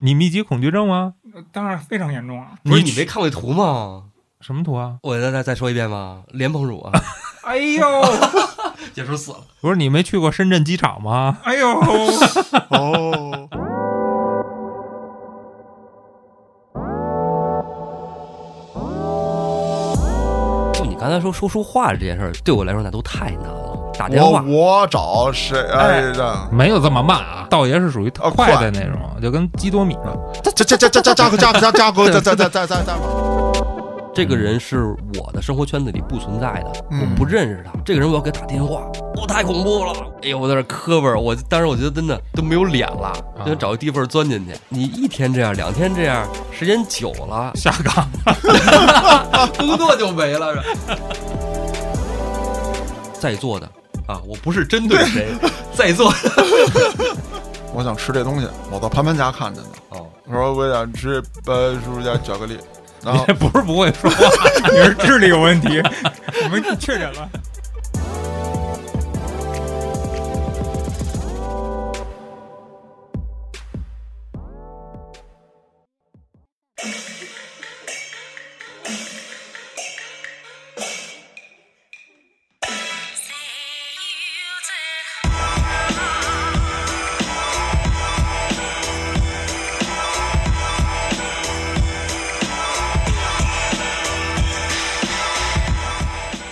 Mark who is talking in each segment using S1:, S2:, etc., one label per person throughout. S1: 你密集恐惧症吗？
S2: 当然非常严重啊！
S3: 不是
S1: 你
S3: 你没看过那图吗？
S1: 什么图啊？
S3: 我再再再说一遍吗？莲蓬 乳啊，
S2: 哎呦，
S3: 结束死了。
S1: 不是你没去过深圳机场吗？
S2: 哎呦，
S3: 哦，就你刚才说说说话这件事儿，对我来说那都太难了。打电
S4: 我
S3: 话，
S4: 我找谁？哎呀，
S1: 没有这么慢啊，道爷是属于特
S4: 啊
S1: 快的
S4: 快
S1: 那种，就跟基多米了。
S4: 这这这这这家伙家伙家伙家伙家伙家伙家伙家伙家伙
S3: 这个人是我的生活圈子里不存在的，
S4: 嗯
S3: 我不认识他。这个人我要给他打电话，我太恐怖了。哎呦，我在这磕巴，我当时我觉得真的都没有脸了，就想找个地缝钻进去。你一天这样，两天这样，时间久了，
S1: 下岗，
S3: 啊工作就没了。是 在座的啊，我不是针对 谁，在座的
S4: 我想吃这东西，我到潘潘家看见的。
S3: 哦，
S4: 我说我想吃呃叔叔家巧克力，然后
S1: 这 不是不会 说话，
S2: 你是智力有问题，我们确诊了。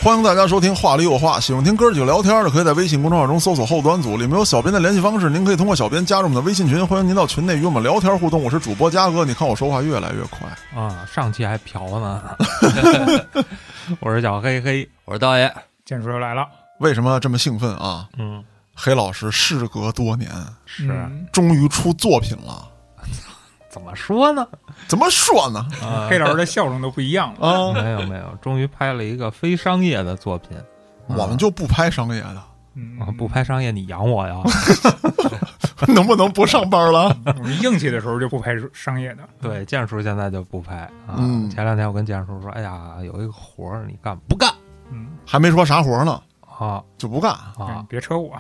S4: 欢迎大家收听《话里有话》，喜欢听哥儿几个聊天的，可以在微信公众号中搜索“后端组”，里面有小编的联系方式，您可以通过小编加入我们的微信群，欢迎您到群内与我们聊天互动。我是主播嘉哥，你看我说话越来越快，
S1: 啊、上期还嫖 呢。我是小黑黑，
S3: 我说道爷，
S2: 建叔又来了，
S4: 为什么这么兴奋啊？
S1: 嗯，
S4: 黑老师事隔多年，
S1: 是、
S2: 嗯
S4: 终于出作品了，
S1: 怎么说呢？
S4: 怎么说呢？
S1: 啊
S2: 黑老师的笑容都不一样了。
S4: 啊，
S1: 没有没有，终于拍了一个非商业的作品。
S4: 我们就不拍商业的，
S2: 嗯
S1: 啊，不，拍商业，你养 我呀？
S4: 能不能不上 班了？
S2: 我们硬气的时候就不拍商业的。
S1: 对，建叔现在就不拍啊。
S4: 嗯
S1: 前两天我跟建叔说，哎呀，有一个活儿你干不干
S2: 嗯，
S4: 还没说啥活呢，
S1: 啊
S4: 就不干。
S1: 啊？
S2: 别扯我，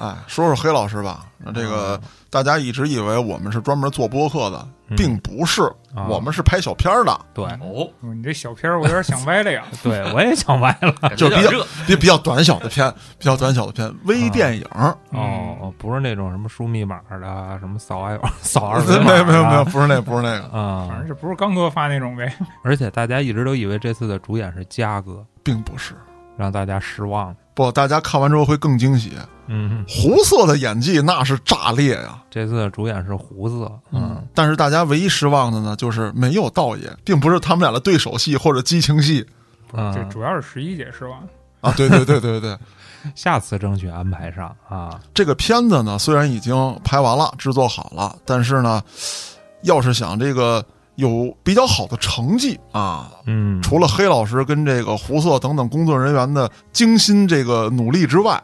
S4: 哎，说说黑老师吧，
S1: 嗯
S4: 那这个大家一直以为我们是专门做播客的，
S1: 嗯
S4: 并不是，
S1: 啊
S4: 我们是拍小片儿的，
S1: 对
S3: 哦，
S2: 你这小片儿我有点想歪了呀。
S1: 对，我也想歪了。
S3: 感觉有
S4: 就比
S3: 点
S4: 较
S3: 热，
S4: 比比较短小的片， 比较短小的片，微电影。
S1: 哦，不是那种什么输密码的，啊什么扫二 扫二维码啊
S4: 没有没有没有，
S1: 的
S4: 不是那不是那个，
S2: 反
S1: 啊
S2: 正！这不是刚哥发那种呗。
S1: 而且大家一直都以为这次的主演是嘉哥，
S4: 并不是。
S1: 让大家失望了。
S4: 不，大家看完之后会更惊喜。
S1: 嗯，
S4: 胡色的演技那是炸裂呀、
S1: 这次的主演是胡子，嗯，
S4: 但是大家唯一失望的呢，就是没有道爷，并不是他们俩的对手戏或者激情戏
S2: 这
S1: 嗯，
S2: 主要是十一姐是吧？
S4: 啊。对对对对对，
S1: 下次争取安排上啊。
S4: 这个片子呢，虽然已经拍完了、制作好了，但是呢，要是想这个有比较好的成绩啊，
S1: 嗯，
S4: 除了黑老师跟这个胡色等等工作人员的精心这个努力之外，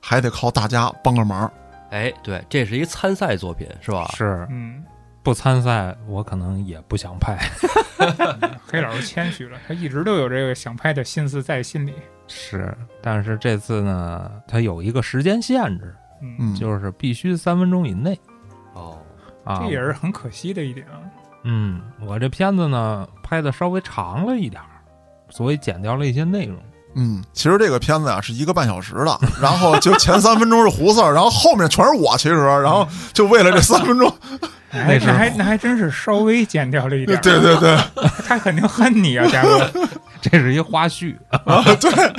S4: 还得靠大家帮个忙。
S3: 哎，对，这是一个参赛作品是吧？
S1: 是
S2: 嗯，
S1: 不参赛，我可能也不想拍。 嗯
S2: 黑老师谦虚了，他一直都有这个想拍的心思在心里。
S1: 是，但是这次呢，它有一个时间限制，
S2: 嗯，
S4: 嗯，
S1: 就是必须三分钟以内
S3: 哦，
S1: 啊。
S2: 这也是很可惜的一点啊。
S1: 嗯，我这片子呢拍的稍微长了一点儿，所以剪掉了一些内容。
S4: 嗯，其实这个片子啊是一个半小时的，然后就前三分钟是胡色，然后后面全是我，其实，然后就为了这三分钟，
S2: 哎
S1: 那是
S2: 那还那还真是稍微减掉了一
S4: 对
S2: 点。
S4: 对对，
S2: 他肯定恨你啊，嘉哥。
S1: 这是一花絮啊，对，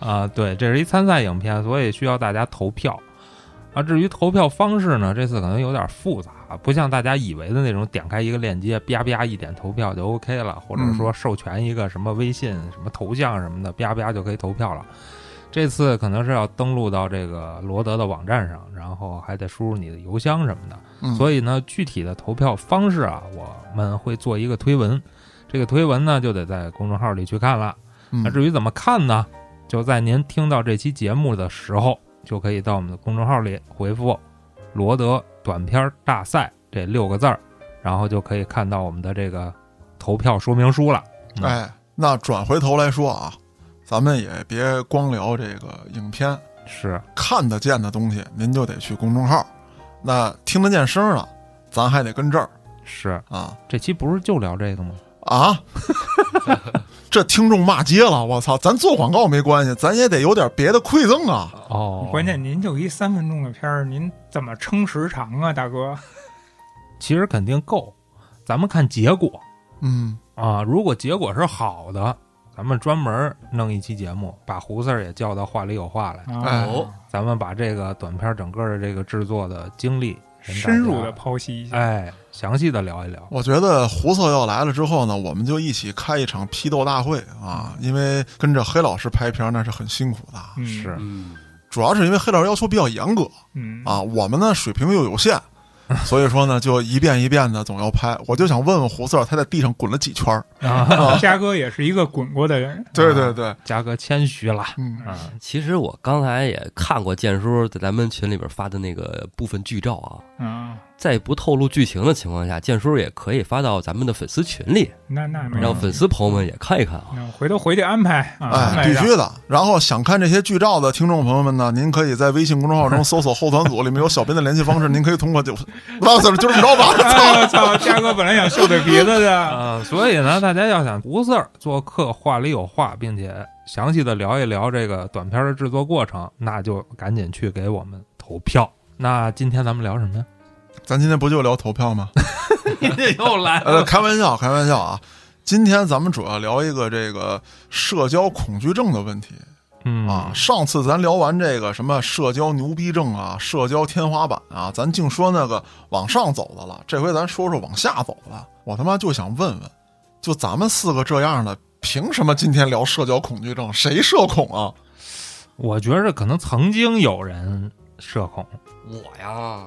S1: 啊，对，这是一参赛影片，所以需要大家投票。啊，至于投票方式呢，这次可能有点复杂，不像大家以为的那种点开一个链接，啪啪一点投票就 OK 了，或者说授权一个什么微信、什么头像什么的，啪啪就可以投票了。这次可能是要登录到这个罗德的网站上，然后还得输入你的邮箱什么的。
S4: 嗯
S1: 所以呢，具体的投票方式啊，我们会做一个推文，这个推文呢就得在公众号里去看了。那
S4: 嗯，
S1: 至于怎么看呢，就在您听到这期节目的时候，就可以到我们的公众号里回复“罗德短片大赛”这六个字儿，然后就可以看到我们的这个投票说明书了。嗯
S4: 哎，那转回头来说啊，咱们也别光聊这个影片，
S1: 是，
S4: 看得见的东西，您就得去公众号；那听得见声儿了，咱还得跟这儿
S1: 是
S4: 啊
S1: 这期不是就聊这个吗？
S4: 啊！这听众骂街了，我操！咱做广告没关系，咱也得有点别的馈赠啊！
S1: 哦，
S2: 关键您就一三分钟的片儿，您怎么撑时长啊，大哥？
S1: 其实肯定够，咱们看结果
S4: 嗯，
S1: 啊。如果结果是好的，咱们专门弄一期节目，把胡四儿也叫到话里有话来，
S4: 哎
S2: 啊，
S3: 哦，
S1: 咱们把这个短片整个的这个制作的经历跟大家
S2: 深入的剖析一下。
S1: 哎详细的聊一聊。
S4: 我觉得胡策要来了之后呢，我们就一起开一场批斗大会啊！因为跟着黑老师拍片儿那是很辛苦的，
S2: 嗯
S1: 是，
S3: 嗯，
S4: 主要是因为黑老师要求比较严格
S2: 嗯，
S4: 啊，我们呢水平又有限，所以说呢就一遍一遍的总要拍。我就想问问胡策，他在地上滚了几圈儿？
S2: 嗯
S4: 啊
S2: 嘉哥也是一个滚过的人，
S4: 对对对，
S1: 嘉哥谦虚了，
S4: 嗯
S1: 啊，
S3: 其实我刚才也看过建叔在咱们群里边发的那个部分剧照啊，
S2: 嗯，
S3: 在不透露剧情的情况下，建叔也可以发到咱们的粉丝群里，
S2: 那那没有
S3: 让粉丝朋友们也看一看啊。
S2: 那回头回去安排啊，安
S4: 嗯哎，
S2: 排
S4: 必
S2: 一下
S4: 须的。然后想看这些剧照的听众朋友们呢，您可以在微信公众号中搜索“后团组”，里面有小编的联系方式，您可以通过就，那怎么就这么着吧？
S2: 哎 我操，嘉哥本来想秀嘴皮子的，
S1: 啊，所以呢，大家要想胡四儿做客话里有话，并且详细的聊一聊这个短片的制作过程，那就赶紧去给我们投票。那今天咱们聊什么呀？
S4: 咱今天不就聊投票吗？
S1: 你这又来
S4: 呃，开玩笑，开玩笑啊。今天咱们主要聊一个这个社交恐惧症的问题
S1: 嗯
S4: 啊。上次咱聊完这个什么社交牛逼症啊、社交天花板啊，咱净说那个往上走的了，这回咱说说往下走的。我他妈就想问问，就咱们四个这样的，凭什么今天聊社交恐惧症？谁社恐啊？
S1: 我觉着可能曾经有人社恐，
S3: 嗯我呀，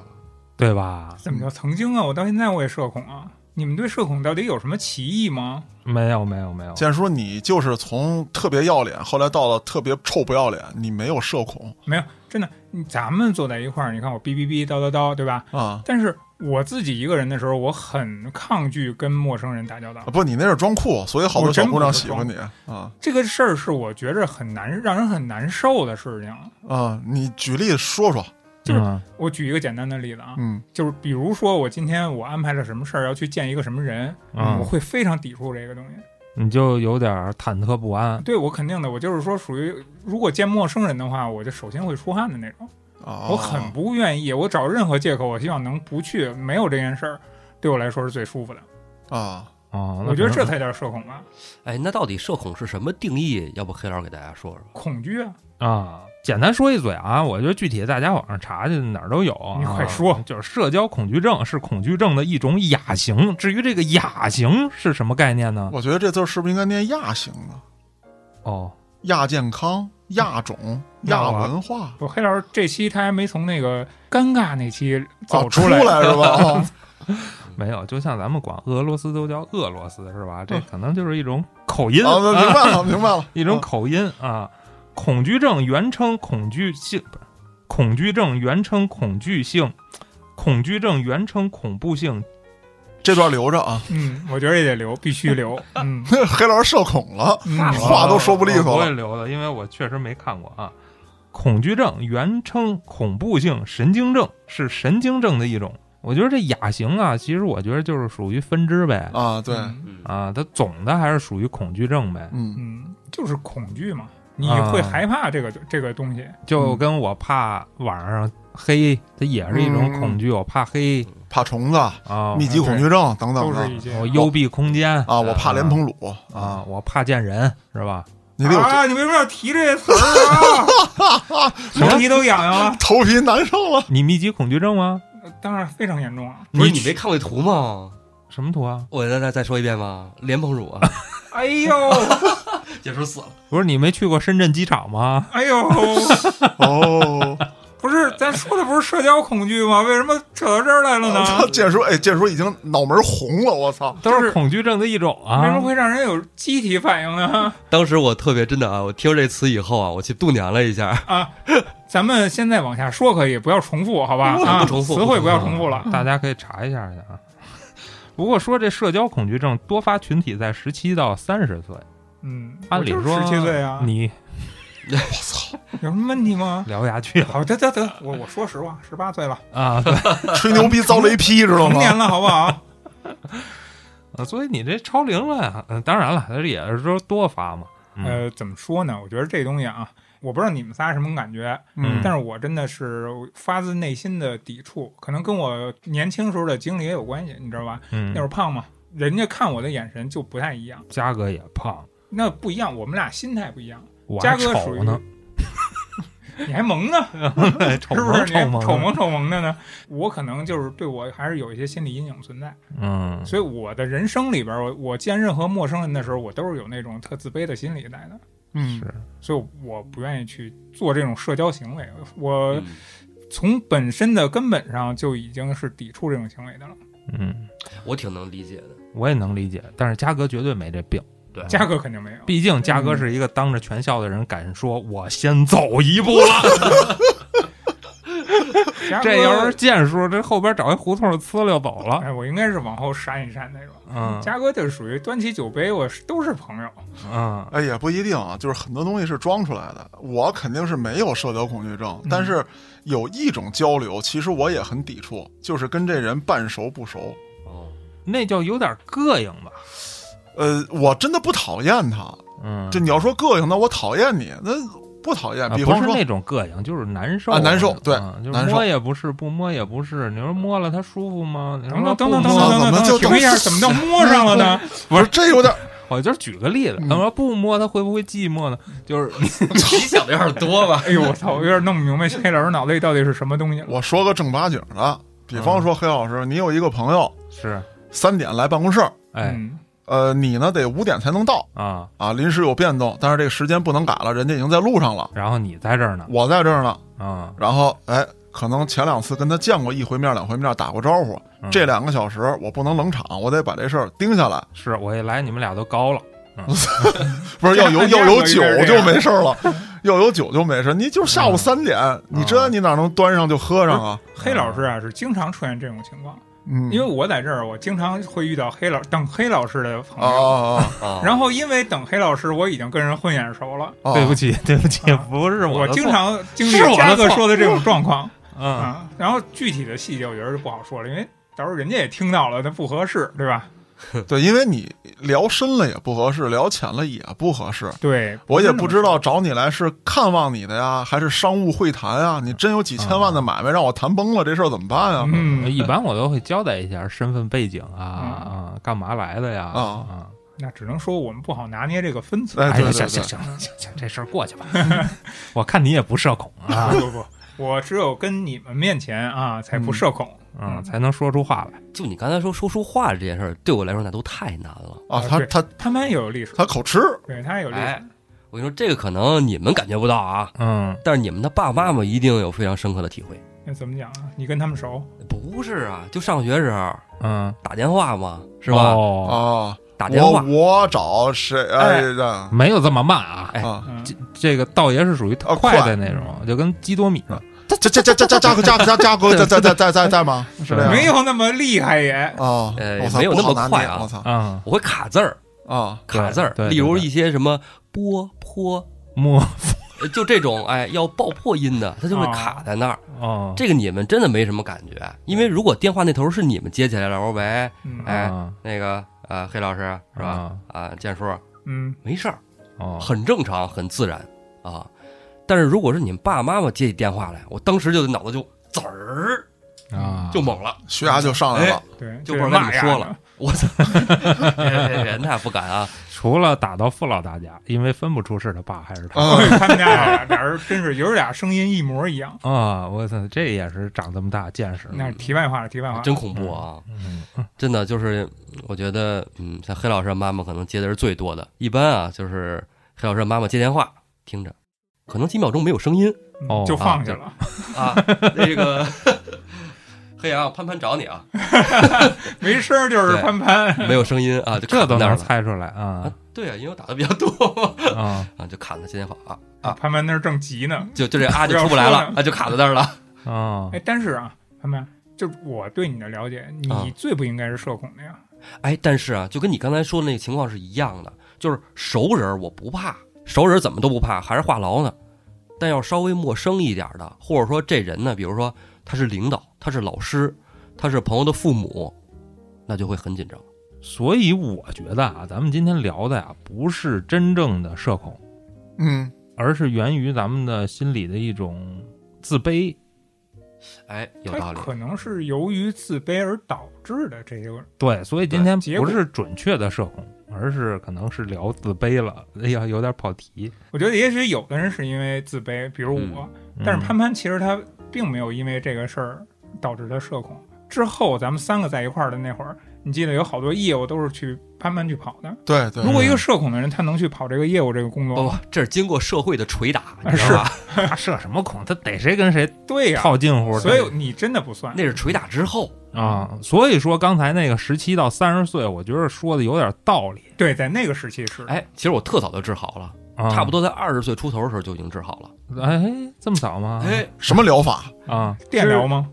S1: 对吧？
S2: 怎么叫曾经啊？我到现在我也社恐啊。你们对社恐到底有什么歧义吗？
S1: 没有，没有，没有。
S4: 建叔，你就是从特别要脸，后来到了特别臭不要脸，你没有社恐
S2: 没有，真的，你咱们坐在一块儿，你看我哔哔哔叨叨叨，对吧？
S4: 啊？
S2: 但是我自己一个人的时候，我很抗拒跟陌生人打交道
S4: 啊。不，你那是装酷，所以好多
S2: 我真
S4: 小姑娘
S2: 不是
S4: 喜欢
S2: 装
S4: 你啊
S2: 这个事儿是我觉着很难，让人很难受的事情。
S4: 啊！你举例说说，
S2: 就是
S1: 嗯
S2: 我举一个简单的例子啊，
S4: 嗯
S2: 就是比如说我今天我安排了什么事儿要去见一个什么人，
S1: 嗯
S2: 我会非常抵触这个东西。
S1: 你就有点忐忑不安。
S2: 对我肯定的，我就是说属于如果见陌生人的话，我就首先会出汗的那种，
S4: 啊，
S2: 我很不愿意，我找任何借口，我希望能不去，没有这件事儿。对我来说是最舒服的，
S4: 啊，
S1: 哦，那
S2: 我觉得
S1: 可
S2: 这
S1: 能
S2: 才叫社恐啊吧，
S3: 哎，那到底社恐是什么定义？要不黑老师给大家说说？
S2: 恐惧啊！
S1: 啊，简单说一嘴啊，我觉得具体大家网上查去哪儿都有啊、
S2: 你快说
S1: 就是社交恐惧症是恐惧症的一种亚型。至于这个亚型是什么概念呢？
S4: 我觉得这字儿是不是应该念亚型呢？
S1: 哦，
S4: 亚健康、亚种、
S2: 嗯那
S4: 亚
S2: 我
S4: 文化
S2: 我黑老师这期他还没从那个尴尬那期
S4: 啊，
S2: 走
S4: 出
S2: 来，
S4: 是吧？ 啊
S1: 没有，就像咱们管俄罗斯都叫俄罗斯是吧？
S2: 嗯
S1: 这可能就是一种口音，
S2: 哦
S4: 啊，那明
S1: 啊
S4: 白了，明白 了，
S1: 一种
S4: 啊
S1: 口音啊。恐惧症原称恐惧性，不是恐惧症原称恐惧性，恐惧症原称恐怖性
S4: 这段留着 啊。
S2: 嗯，我觉得也得留，必须留，嗯，
S4: 黑老师社恐了，
S2: 嗯
S4: 话都说不利索了
S1: 我会留的，因为我确实没看过啊。恐惧症原称恐怖性神经症，是神经症的一种。我觉得这亚型啊，其实我觉得就是属于分支呗。
S4: 啊，对，
S2: 嗯
S3: 嗯
S1: 啊，它总的还是属于恐惧症呗，
S4: 嗯
S2: 嗯，就是恐惧嘛，你
S1: 啊
S2: 会害怕这个这个东西，
S1: 就
S4: 嗯
S1: 跟我怕晚上黑，它也是一种
S4: 嗯
S1: 恐惧。我怕黑
S4: 怕虫子、
S1: 啊，
S4: 密集恐惧症等等
S2: 哦都是
S4: 的
S2: 一些嗯
S1: 我哦幽闭空间
S4: 啊，我怕莲蓬乳
S1: 啊，，我怕见人，是吧？
S4: 你得有
S2: 啊！你为什么要提这些词儿啊？头皮都痒痒了，
S4: 头皮难受 了。
S1: 你密集恐惧症吗？
S2: 当然非常严重啊！
S3: 不是你没看过那图吗？
S1: 什么图啊？
S3: 我再再再说一遍吗？莲蓬乳 啊，
S2: 哎呦，
S3: 解说死了。
S1: 不是你没去过深圳机场吗？
S2: 哎呦，
S4: 哦，
S2: 嗯 不是，咱说的不是社交恐惧吗？为什么扯到这儿来了
S4: 我操
S2: 呢？
S4: 建叔，哎，建叔已经脑门红了，我操！
S1: 都
S2: 就是是
S1: 恐惧症的一种啊。
S2: 为什么会让人有机体反应呢？
S3: 当时我特别真的啊，我听这词以后啊，我去度娘了一下。
S2: 咱们现在往下说可以，不要重复，好吧？啊，
S3: 不重复
S2: 词汇不要重复了。
S1: 大家可以查一下去啊。不过说这社交恐惧症多发群体在十七到三十岁，
S2: 嗯，
S1: 按理
S2: 十
S1: 说
S2: 七岁啊，
S1: 你
S2: 有什么问题吗？
S1: 獠牙去了
S2: 好，得得得，我我说实话，十八岁了，
S1: 啊！ 对
S4: 吹牛逼遭雷劈，知道
S2: 成
S4: 吗？
S2: 年了，好不好？
S1: 啊所以你这超龄了呀？嗯，当然了，它也是说多发嘛。嗯
S2: 呃，怎么说呢？我觉得这东西啊，我不知道你们仨什么感觉，
S1: 嗯
S2: 但是我真的是发自内心的抵触，可能跟我年轻时候的经历也有关系，你知道吧？
S1: 嗯
S2: 那会，儿胖嘛，人家看我的眼神就不太一样，
S1: 嘉哥也胖，
S2: 那不一样，我们俩心态不一样。
S1: 我
S2: 嘉
S1: 还
S2: 哥属
S1: 丑
S2: 于
S1: 呢，
S2: 你还萌呢，
S1: 丑
S2: 是不是？
S1: 萌
S2: 你还
S1: 丑
S2: 丑
S1: 萌，
S2: 萌丑萌的呢？我可能就是对我还是有一些心理阴影存在，
S1: 嗯
S2: 所以我的人生里边，我我见任何陌生人的时候，我都是有那种特自卑的心理在的。嗯
S1: 是，
S2: 所以我不愿意去做这种社交行为。我
S3: 嗯
S2: 从本身的根本上就已经是抵触这种行为的了。
S1: 嗯，
S3: 我挺能理解的。
S1: 我也能理解，但是嘉哥绝对没这病。
S3: 对，
S2: 嘉哥肯定没有，
S1: 毕竟嘉哥是一个当着全校的人敢说“我先走一步了
S2: 嘉”，哥
S1: 这要是见数，这后边找一胡同呲溜走了。
S2: 哎，我应该是往后闪一闪那种。
S1: 嗯
S2: 嘉哥就是属于端起酒杯，我是都是朋友。
S1: 嗯
S4: 哎，也不一定啊，就是很多东西是装出来的。我肯定是没有社交恐惧症，
S1: 嗯
S4: 但是有一种交流，其实我也很抵触，就是跟这人半熟不熟。
S3: 哦，
S1: 那叫有点膈应吧？
S4: 呃，我真的不讨厌他。
S1: 嗯，
S4: 这你要说膈应，那我讨厌你，那不讨厌。
S1: 啊
S4: 比
S1: 不
S4: 方
S1: 是
S4: 说，
S1: 那种膈应，就是难受
S4: 啊难受
S1: 嗯
S4: 对
S1: 就是
S4: 难受
S1: 摸也不是，不摸也不是。你说摸了它舒服吗？你
S2: 等
S1: 说
S2: 等等等
S1: 不
S2: 等
S1: 摸
S2: 等
S4: 怎
S2: 等
S4: 么就
S2: 等，停一下，
S4: 都
S2: 怎么就摸上了呢？
S4: 不是这有点
S1: 我就举个例子，
S4: 嗯
S1: 怎么不摸它会不会寂寞呢？就是
S3: 你想的有点多 吧？
S2: 哎呦，我操！我有点弄不明白黑老师脑袋里到底是什么东西了。
S4: 我说个正八经的，比
S1: 嗯
S4: 方说黑老师，你有一个朋友
S1: 是，
S4: 三点来办公室，
S1: 哎
S2: 嗯，
S4: 呃，你呢得五点才能到
S1: 啊，
S4: 啊，临时有变动，但是这个时间不能改了，人家已经在路上了，
S1: 然后你在这儿呢，
S4: 我在这儿呢。
S1: 啊，
S4: 然后哎，可能前两次跟他见过一回面、两回面，打过招呼，
S1: 嗯
S4: 这两个小时我不能冷场，我得把这事儿盯下来，
S1: 是我一来你们俩都高了，
S4: 不
S2: 这
S4: 是要
S2: 样
S4: 有
S2: 这
S4: 要
S2: 样
S4: 有
S2: 我一
S4: 酒
S2: 边儿这
S4: 就
S2: 样
S4: 没事儿了，要有酒就没事儿，你就是下午三点，你这你哪能端上就喝上啊？
S2: 黑
S1: 嗯
S2: 老师啊是经常出现这种情况，
S4: 嗯，
S2: 因为我在这儿，我经常会遇到黑老等黑老师的朋
S4: 啊
S2: 友。
S4: 啊啊
S3: 啊，
S2: 然后因为等黑老师，我已经跟人混眼熟了。
S4: 啊！
S1: 对不起， 对不起，不是
S2: 我
S1: 的
S2: 经
S1: 错
S2: 常经历
S1: 是我的
S2: 嘉哥
S1: 错
S2: 说的这种状况
S1: 嗯
S2: 啊，然后具体的细节我觉得就不好说了，因为到时候人家也听到了，那不合适，对吧？
S4: 对，因为你聊深了也不合适，聊浅了也不合适。
S2: 对，
S4: 我也不知道找你来是看望你的呀，还是商务会谈啊？你真有几千万的买卖让我谈崩了，这事儿怎么办啊呀？
S2: 嗯，
S1: 一般我都会交代一下身份背景啊啊，干嘛来的呀
S4: 啊
S1: 啊。
S2: 那只能说我们不好拿捏这个分寸。
S4: 哎，
S1: 哎
S4: 对
S1: 呀，行
S4: 对
S1: 行
S4: 对，
S1: 行行行，这事儿过去吧。我看你也不社恐啊，
S2: 不不不，我只有跟你们面前啊，才不社恐。
S1: 嗯，才能说出话来。
S3: 就你刚才说说出话这件事儿，对我来说那都太难了。
S4: 啊，他
S2: 对
S4: 他
S2: 他们也有历史，
S4: 他口吃，
S2: 对他也有历史
S3: 哎。我跟你说，这个可能你们感觉不到啊，
S1: 嗯，
S3: 但是你们的爸爸妈妈一定有非常深刻的体会。
S2: 那怎么讲啊？你跟他们熟，
S3: 不是啊，就上学时候
S1: 嗯，
S3: 打电话嘛，是吧？
S1: 哦，
S4: 啊，
S3: 打电
S4: 我
S3: 话，
S4: 我找谁？哎，这样
S1: 没有这么慢啊。
S3: 哎
S4: 啊，
S2: 嗯，
S1: 这这个道爷是属于特
S4: 啊
S1: 快
S4: 快
S1: 的那种，就跟基多米似的。
S4: 这这这这这这这这这这哥在在在在在在吗？是这样
S2: 没有那么厉害也。
S4: 啊？
S3: 呃
S4: 我操，
S3: 没有那么
S4: 不好拿
S3: 快
S4: 捏
S3: 啊
S4: 我操
S1: 嗯，
S3: 我会卡字儿，
S4: 啊！
S3: 卡字儿
S1: 对对，对
S3: 例如一些什么波坡，
S1: 摸
S3: 呃就这种哎要爆破音的，它就会
S2: 哦
S3: 卡在那儿。
S1: 哦，
S3: 这个你们真的没什么感觉，因为如果电话那头是你们接起来了，我说喂，
S2: 嗯
S3: 哎
S1: 啊
S3: 那个呃黑老师是吧？
S1: 啊
S3: 啊，建叔
S2: 嗯，
S3: 没事儿，
S1: 哦，
S3: 很正常，很自然啊。但是如果是你们爸妈妈接起电话来，我当时就脑子就滋儿
S1: 啊，
S3: 就猛了，
S4: 血压就上来了，
S2: 对，这
S3: 就不
S2: 是
S3: 知道跟
S2: 骂
S3: 你
S2: 呀
S3: 说了。我操， 别别别，那不敢啊！
S1: 除了打到父老大家，因为分不出是他爸还是他
S4: 啊
S2: 哎他们家俩俩人真是爷儿俩声音一模一样。
S1: 啊！我操，这也是长这么大见识了。
S2: 那是题外话了，题外话。
S3: 真恐怖啊！
S1: 嗯
S3: 真的就是，我觉得，嗯，像黑老师的妈妈可能接的是最多的。一般啊，就是黑老师的妈妈接电话，听着，可能几秒钟没有声 音
S2: 嗯
S1: 哦
S2: 就
S1: 啊
S2: 放下了。
S3: 啊。那个 黑羊潘潘找你啊，
S2: 没声儿就是
S3: 对
S2: 潘潘，
S3: 没有声音啊，就
S1: 这
S3: 卡在
S1: 都
S3: 那
S1: 能
S3: 儿了
S1: 猜出来啊
S3: 啊？对啊，因为我打的比较多
S1: 啊！
S3: 啊，就卡在接电话啊，
S2: 潘潘那儿正急呢。
S3: 就就这啊就出不来了
S2: 不要说
S3: 啊，就卡在那儿了。
S1: 啊
S2: 哎，但是啊，潘潘，就我对你的了解，你
S3: 啊
S2: 最不应该是社恐的呀。
S3: 哎，但是啊，就跟你刚才说的那个情况是一样的，就是熟人我不怕，熟人怎么都不怕，还是话痨呢。但要稍微陌生一点的，或者说这人呢，比如说他是领导，他是老师，他是朋友的父母，那就会很紧张。
S1: 所以我觉得啊，咱们今天聊的呀、不是真正的社恐，
S4: 嗯，
S1: 而是源于咱们的心里的一种自卑。
S3: 哎，有道
S2: 它
S3: 理。
S2: 可能是由于自卑而导致的这个
S1: 对，所以今天
S2: 对结
S1: 不
S2: 果
S1: 是准确的社恐，而是可能是聊自卑了。 哎呀，有点跑题。
S2: 我觉得也许有的人是因为自卑，比如我，但是
S1: 嗯
S2: 潘潘其实他并没有因为这个事儿导致他社恐。之后咱们三个在一块儿的那会儿，你记得有好多业务都是去潘潘去跑的。
S4: 对对
S2: 如，果一个社恐的人，他能去跑这个业务这个工
S3: 不
S2: 作
S3: 不
S2: 吗？，
S3: 这是经过社会的捶打，你知道吧？
S1: 他社什么恐？他逮谁跟谁
S2: 对呀、
S1: 套近乎的。
S2: 所以你真的不算
S3: 那。是捶打之后，
S1: 啊、所以说刚才那个十七到三十岁，我觉得说的有点道理。
S2: 对，在那个时期是，
S3: 哎，其实我特早就治好了，
S1: 啊、
S3: 差不多在二十岁出头的时候就已经治好了。
S1: 多。哎，这么早吗？
S3: 哎，
S4: 什么疗法？
S1: 啊，
S2: 电疗吗？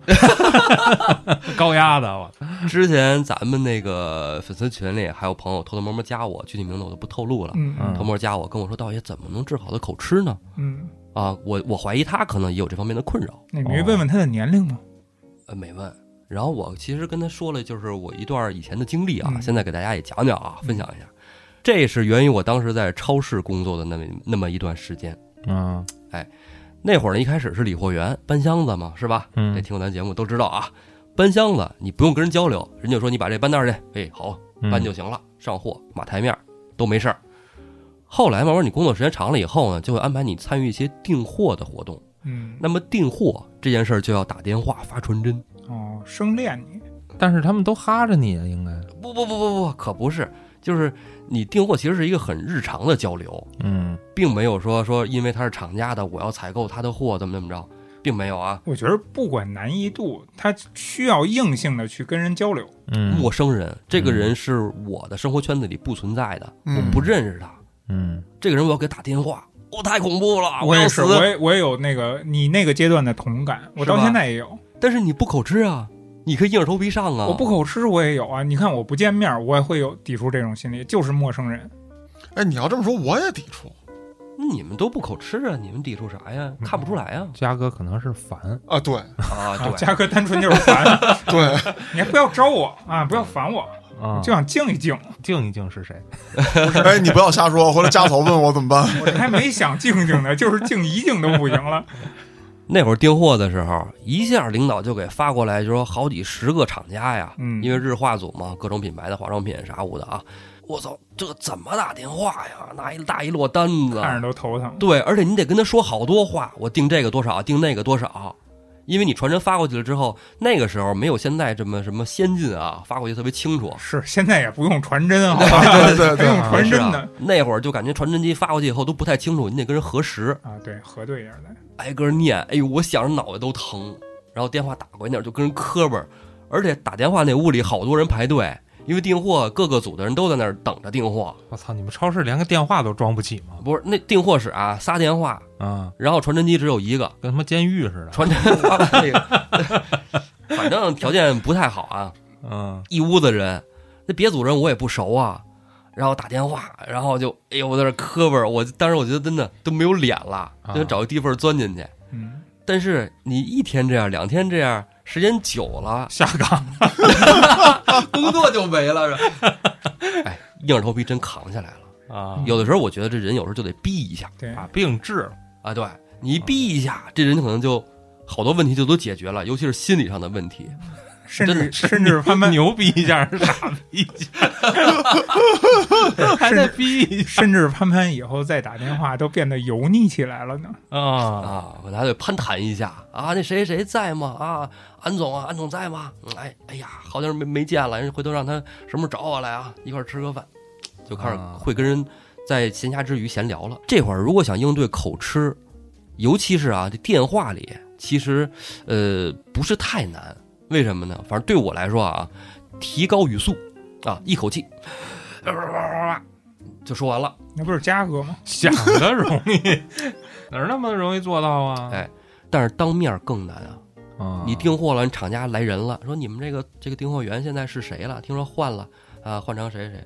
S1: 高压的，我操
S3: 之前咱们那个粉丝群里还有朋友偷偷摸摸加我，具体名字我就不透露了，
S2: 嗯
S1: 嗯
S3: 偷摸加我跟我说，道爷怎么能治好的口吃呢？
S2: 嗯，
S3: 啊，我我怀疑他可能也有这方面的困扰，
S2: 那你没问问他的年龄吗？
S3: 呃，没问。然后我其实跟他说了，就是我一段以前的经历啊，
S2: 嗯
S3: 现在给大家也讲讲啊，分享一下。这是源于我当时在超市工作的那么那么一段时间。
S1: 嗯
S3: 那会儿呢，一开始是理货员搬箱子嘛，是吧？这
S1: 嗯
S3: 听过咱节目都知道啊，搬箱子你不用跟人交流，人家就说你把这搬那儿去，哎，好，
S1: 嗯，
S3: 搬就行了，上货、码台面儿都没事儿。后来慢慢你工作时间长了以后呢，就会安排你参与一些订货的活动。
S2: 嗯，
S3: 那么订货这件事儿就要打电话发传真。
S2: 哦，生恋你，
S1: 但是他们都哈着你啊，应该，
S3: 不不不不不，可不是，就是你订货其实是一个很日常的交流，
S1: 嗯
S3: 并没有说说因为他是厂家的，我要采购他的货怎么怎么着，并没有啊。
S2: 我觉得不管难易度，他需要硬性的去跟人交流。
S1: 嗯，
S3: 陌生人，这个人是我的生活圈子里不存在的，
S4: 嗯
S3: 我不认识他。
S1: 嗯。
S3: 这个人我要给他打电话，啊我、太恐怖了，
S2: 我
S3: 要
S2: 也
S3: 死
S2: 是，。我也我也有那个你那个阶段的同感，我
S3: 是吧
S2: 到现在也有。
S3: 但是你不口吃啊，你可以硬着头皮上啊。
S2: 我不口吃，我也有啊。你看，我不见面，我也会有抵触这种心理，就是陌生人。
S4: 哎，你要这么说，我也抵触
S3: 那你们都不口吃啊，你们抵触啥呀？看不出来呀
S1: 嘉哥可能是烦，
S4: 啊！对
S3: 啊，
S2: 嗯 啊，
S3: 对，
S2: 嘉哥单纯就是 烦，
S4: 对，
S2: 你还不要招我啊，不要烦我，
S1: 啊，
S2: 就想静一静。
S1: 静一静是谁？
S4: 哎，你不要瞎说，回来家嫂问我怎么办？
S2: 我这还没想静静呢，就是静一静都不行 了。
S3: 那会儿订货的时候，一下领导就给发过来，就说好几十个厂家呀，
S2: 嗯
S3: 因为日化组嘛，各种品牌的化妆品啥物的啊。我操，这怎么打电话呀？那一大一摞单子，啊
S2: 看着都头疼。
S3: 对，而且你得跟他说好多话，我订这个多少，订那个多少，因为你传真发过去了之后，那个时候没有现在这么什么先进啊，发过去特别清楚。
S2: 是，现在也不用传真，好吧？
S4: 对对
S2: 还
S4: 对
S2: 用传
S3: 是
S2: 真
S3: 啊
S2: 呢。，
S3: 那会儿就感觉传真机发过去以后都不太清楚，你得跟人核实，
S2: 啊，对，核对一下来。
S3: 挨个念。哎呦，我想着脑袋都疼。然后电话打过去那儿就跟人磕巴儿，而且打电话那屋里好多人排队，因为订货各个组的人都在那儿等着订货。
S1: 我操，你们超市连个电话都装不起吗？
S3: 不是那订货室啊，仨电话，
S1: 啊，
S3: 然后传真机只有一个，
S1: 跟他妈监狱似的。
S3: 传真发完那个， 反正条件不太好啊。
S1: 嗯
S3: 一屋子人，那别组人我也不熟啊。然后打电话，然后就哎呦，我在那磕巴儿，我当时我觉得真的都没有脸了，
S1: 啊，
S3: 就想找个地缝儿钻进去。
S2: 嗯，
S3: 但是你一天这样，两天这样，时间久了
S1: 下岗，
S3: 啊工作就没了。是吧 哎，硬着头皮真扛下来了。
S1: 啊
S3: 有的时候我觉得这人有时候就得逼一下
S2: 对，
S1: 把病治了。
S3: 啊，对你一逼一下，这人可能就好多问题就都解决了，尤其是心理上的问题。
S2: 甚
S3: 真
S2: 至
S3: 的
S2: 甚至潘潘，
S1: 牛逼一下，傻逼一下， 还在逼一下
S2: 甚至潘潘以后再打电话都变得油腻起来了呢。
S1: 啊！
S3: 啊，我还得攀谈一下啊，那谁谁在吗？啊，安总啊，安总在吗？嗯哎哎呀，好久没没见了，人回头让他什么时候找我来啊，一块儿吃个饭，就开始
S1: 啊
S3: 会跟人在闲暇之余闲聊了。这会儿如果想应对口吃，尤其是啊这电话里，其实呃不是太难，为什么呢？反正对我来说啊，提高语速啊，一口气、 就说完了。
S2: 那不是嘉哥吗？
S1: 想的容易，哪儿那么容易做到啊？
S3: 哎但是当面更难啊，
S1: 啊，
S3: 你订货了，你厂家来人了，说你们这个这个订货员现在是谁了？听说换了啊，换成谁谁？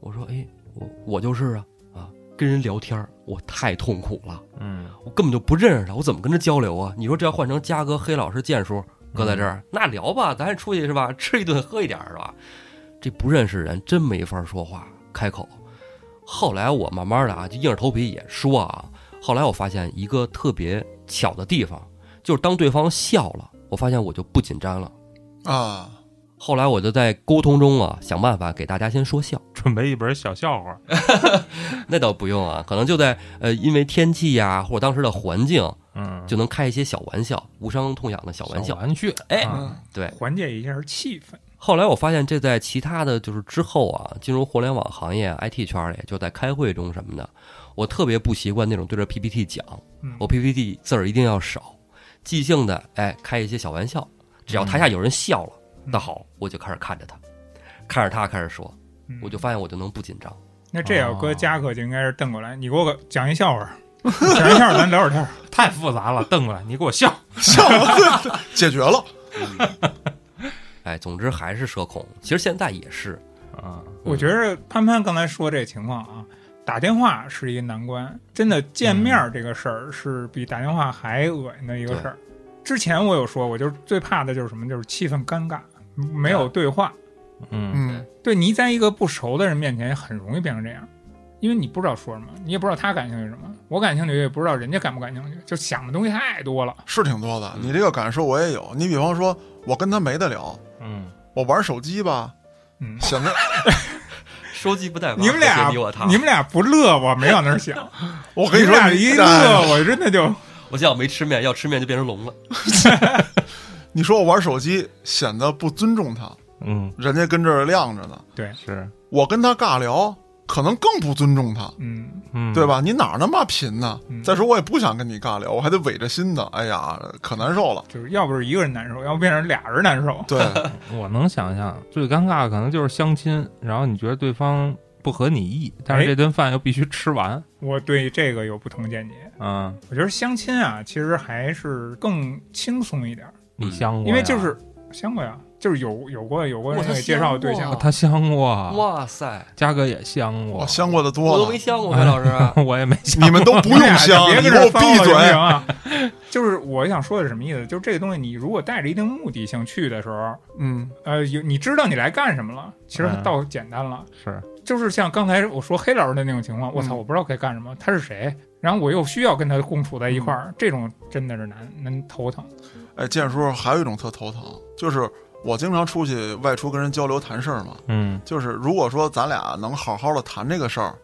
S3: 我说，哎，我我就是啊啊，跟人聊天儿，我太痛苦了，
S1: 嗯，
S3: 我根本就不认识他，我怎么跟他交流啊？你说这要换成嘉哥、黑老师、建叔搁在这儿，那聊吧，咱出去是吧？ 吃一顿，喝一点儿是吧？这不认识人真没法说话开口。后来我慢慢的啊，就硬着头皮也说啊。后来我发现一个特别巧的地方，就是当对方笑了，我发现我就不紧张了。
S4: 啊，
S3: 后来我就在沟通中啊，想办法给大家先说笑。
S1: 准备一本小笑话，
S3: 那倒不用啊，可能就在呃，因为天气呀、或者当时的环境，
S1: 嗯，
S3: 就能开一些小玩笑，无伤痛痒的小玩
S1: 小
S3: 笑。
S1: 玩具，
S3: 哎
S1: 啊
S3: 对，
S2: 缓解一下气氛。
S3: 后来我发现这在其他的就是之后啊，进入互联网行业、IT 圈里，就在开会中什么的，我特别不习惯那种对着 PPT 讲，
S2: 嗯，
S3: 我 PPT 字儿一定要少，即兴的哎开一些小玩笑，只要台下有人笑了，那好，我就开始看着他，看着他开始说，
S2: 嗯
S3: 我就哦发现我就能不紧张。
S2: 那这要搁嘉哥就应该是瞪过来，你给我个讲一笑话，讲一笑话咱聊会儿天儿。
S1: 太复杂了，瞪过来，你给我笑，
S4: 解决了。
S3: 哎，总之还是社恐，其实现在也是，
S1: 啊，
S2: 我觉得潘潘刚才说这情况啊，打电话是一个难关，真的见面儿这个事儿是比打电话还恶心的一个事儿。之前我有说，我就是最怕的就是什么，就是气氛尴尬，没有对话。
S1: 嗯，
S4: 嗯，
S2: 对你在一个不熟的人面前，很容易变成这样，因为你不知道说什么，你也不知道他感兴趣什么，我感兴趣也不知道人家感不感兴趣，就想的东西太多了。
S4: 是挺多的。
S3: 嗯
S4: 你这个感受我也有。你比方说，我跟他没得聊，
S1: 嗯，
S4: 我玩手机吧，
S2: 嗯，
S4: 显得
S3: 收集不带
S2: 你们俩
S3: 你我他，
S2: 你们俩不乐，我没往那儿想。
S4: 我
S2: 我
S4: 跟你说，
S2: 俩一
S4: 哎
S2: 乐，我真的就
S3: 我现在我没吃面，要吃面就变成聋了。
S4: 你说我玩手机显得不尊重他，
S1: 嗯，
S4: 人家跟这儿晾着呢。
S2: 对，
S1: 是，
S4: 我跟他尬聊，可能更不尊重他，
S2: 嗯，
S1: 嗯，
S4: 对？吧？你哪儿那么贫呢？
S2: 嗯
S4: 再说我也不想跟你尬聊，我还得违着心呢。哎呀，可难受了。
S2: 就是要不是一个人难受，要不变成俩人难受。
S4: 对，
S1: 我能想象，最尴尬的可能就是相亲，然后你觉得对方不合你意，但是
S2: 哎
S1: 这顿饭又必须吃完，
S2: 我对这个有不同见解。
S1: 嗯，
S2: 我觉得相亲啊，其实还是更轻松一点儿，
S1: 你相过呀，
S2: 因为就是
S4: 啊
S2: 相过呀，就是有有过有过
S3: 哇
S2: 人
S3: 他
S2: 给介绍
S3: 相
S2: 对
S3: 过
S2: 象
S1: 啊。他相过，
S3: 哇塞，
S1: 嘉哥也相过
S4: 我，相过的
S3: 我
S4: 多
S3: 都没
S4: 了，
S3: 相过，裴老师 啊，
S1: 我也没相过，
S4: 你们都不
S2: 你俩
S4: 用相，
S2: 哎别
S4: 你
S2: 跟
S4: 给
S2: 这
S4: 我
S2: 儿翻
S4: 闭
S2: 了行不行
S4: 嘴。
S2: 啊！就是我想说的是什么意思？就是这个东西，你如果带着一定目的性去的时候，
S4: 嗯，哎
S2: 呃，有你知道你来干什么了，其实
S1: 嗯
S2: 倒简单了。
S1: 是，
S2: 就是像刚才我说黑老师的那种情况，我操，
S4: 嗯
S2: 我不知道该干什么，他是谁，然后我又需要跟他共处在一块儿，这种真的是难难头疼。
S4: 哎，建叔还有一种特头疼，就是我经常出去外出跟人交流谈事儿嘛。
S1: 嗯，
S4: 就是如果说咱俩能好好的谈这个事儿，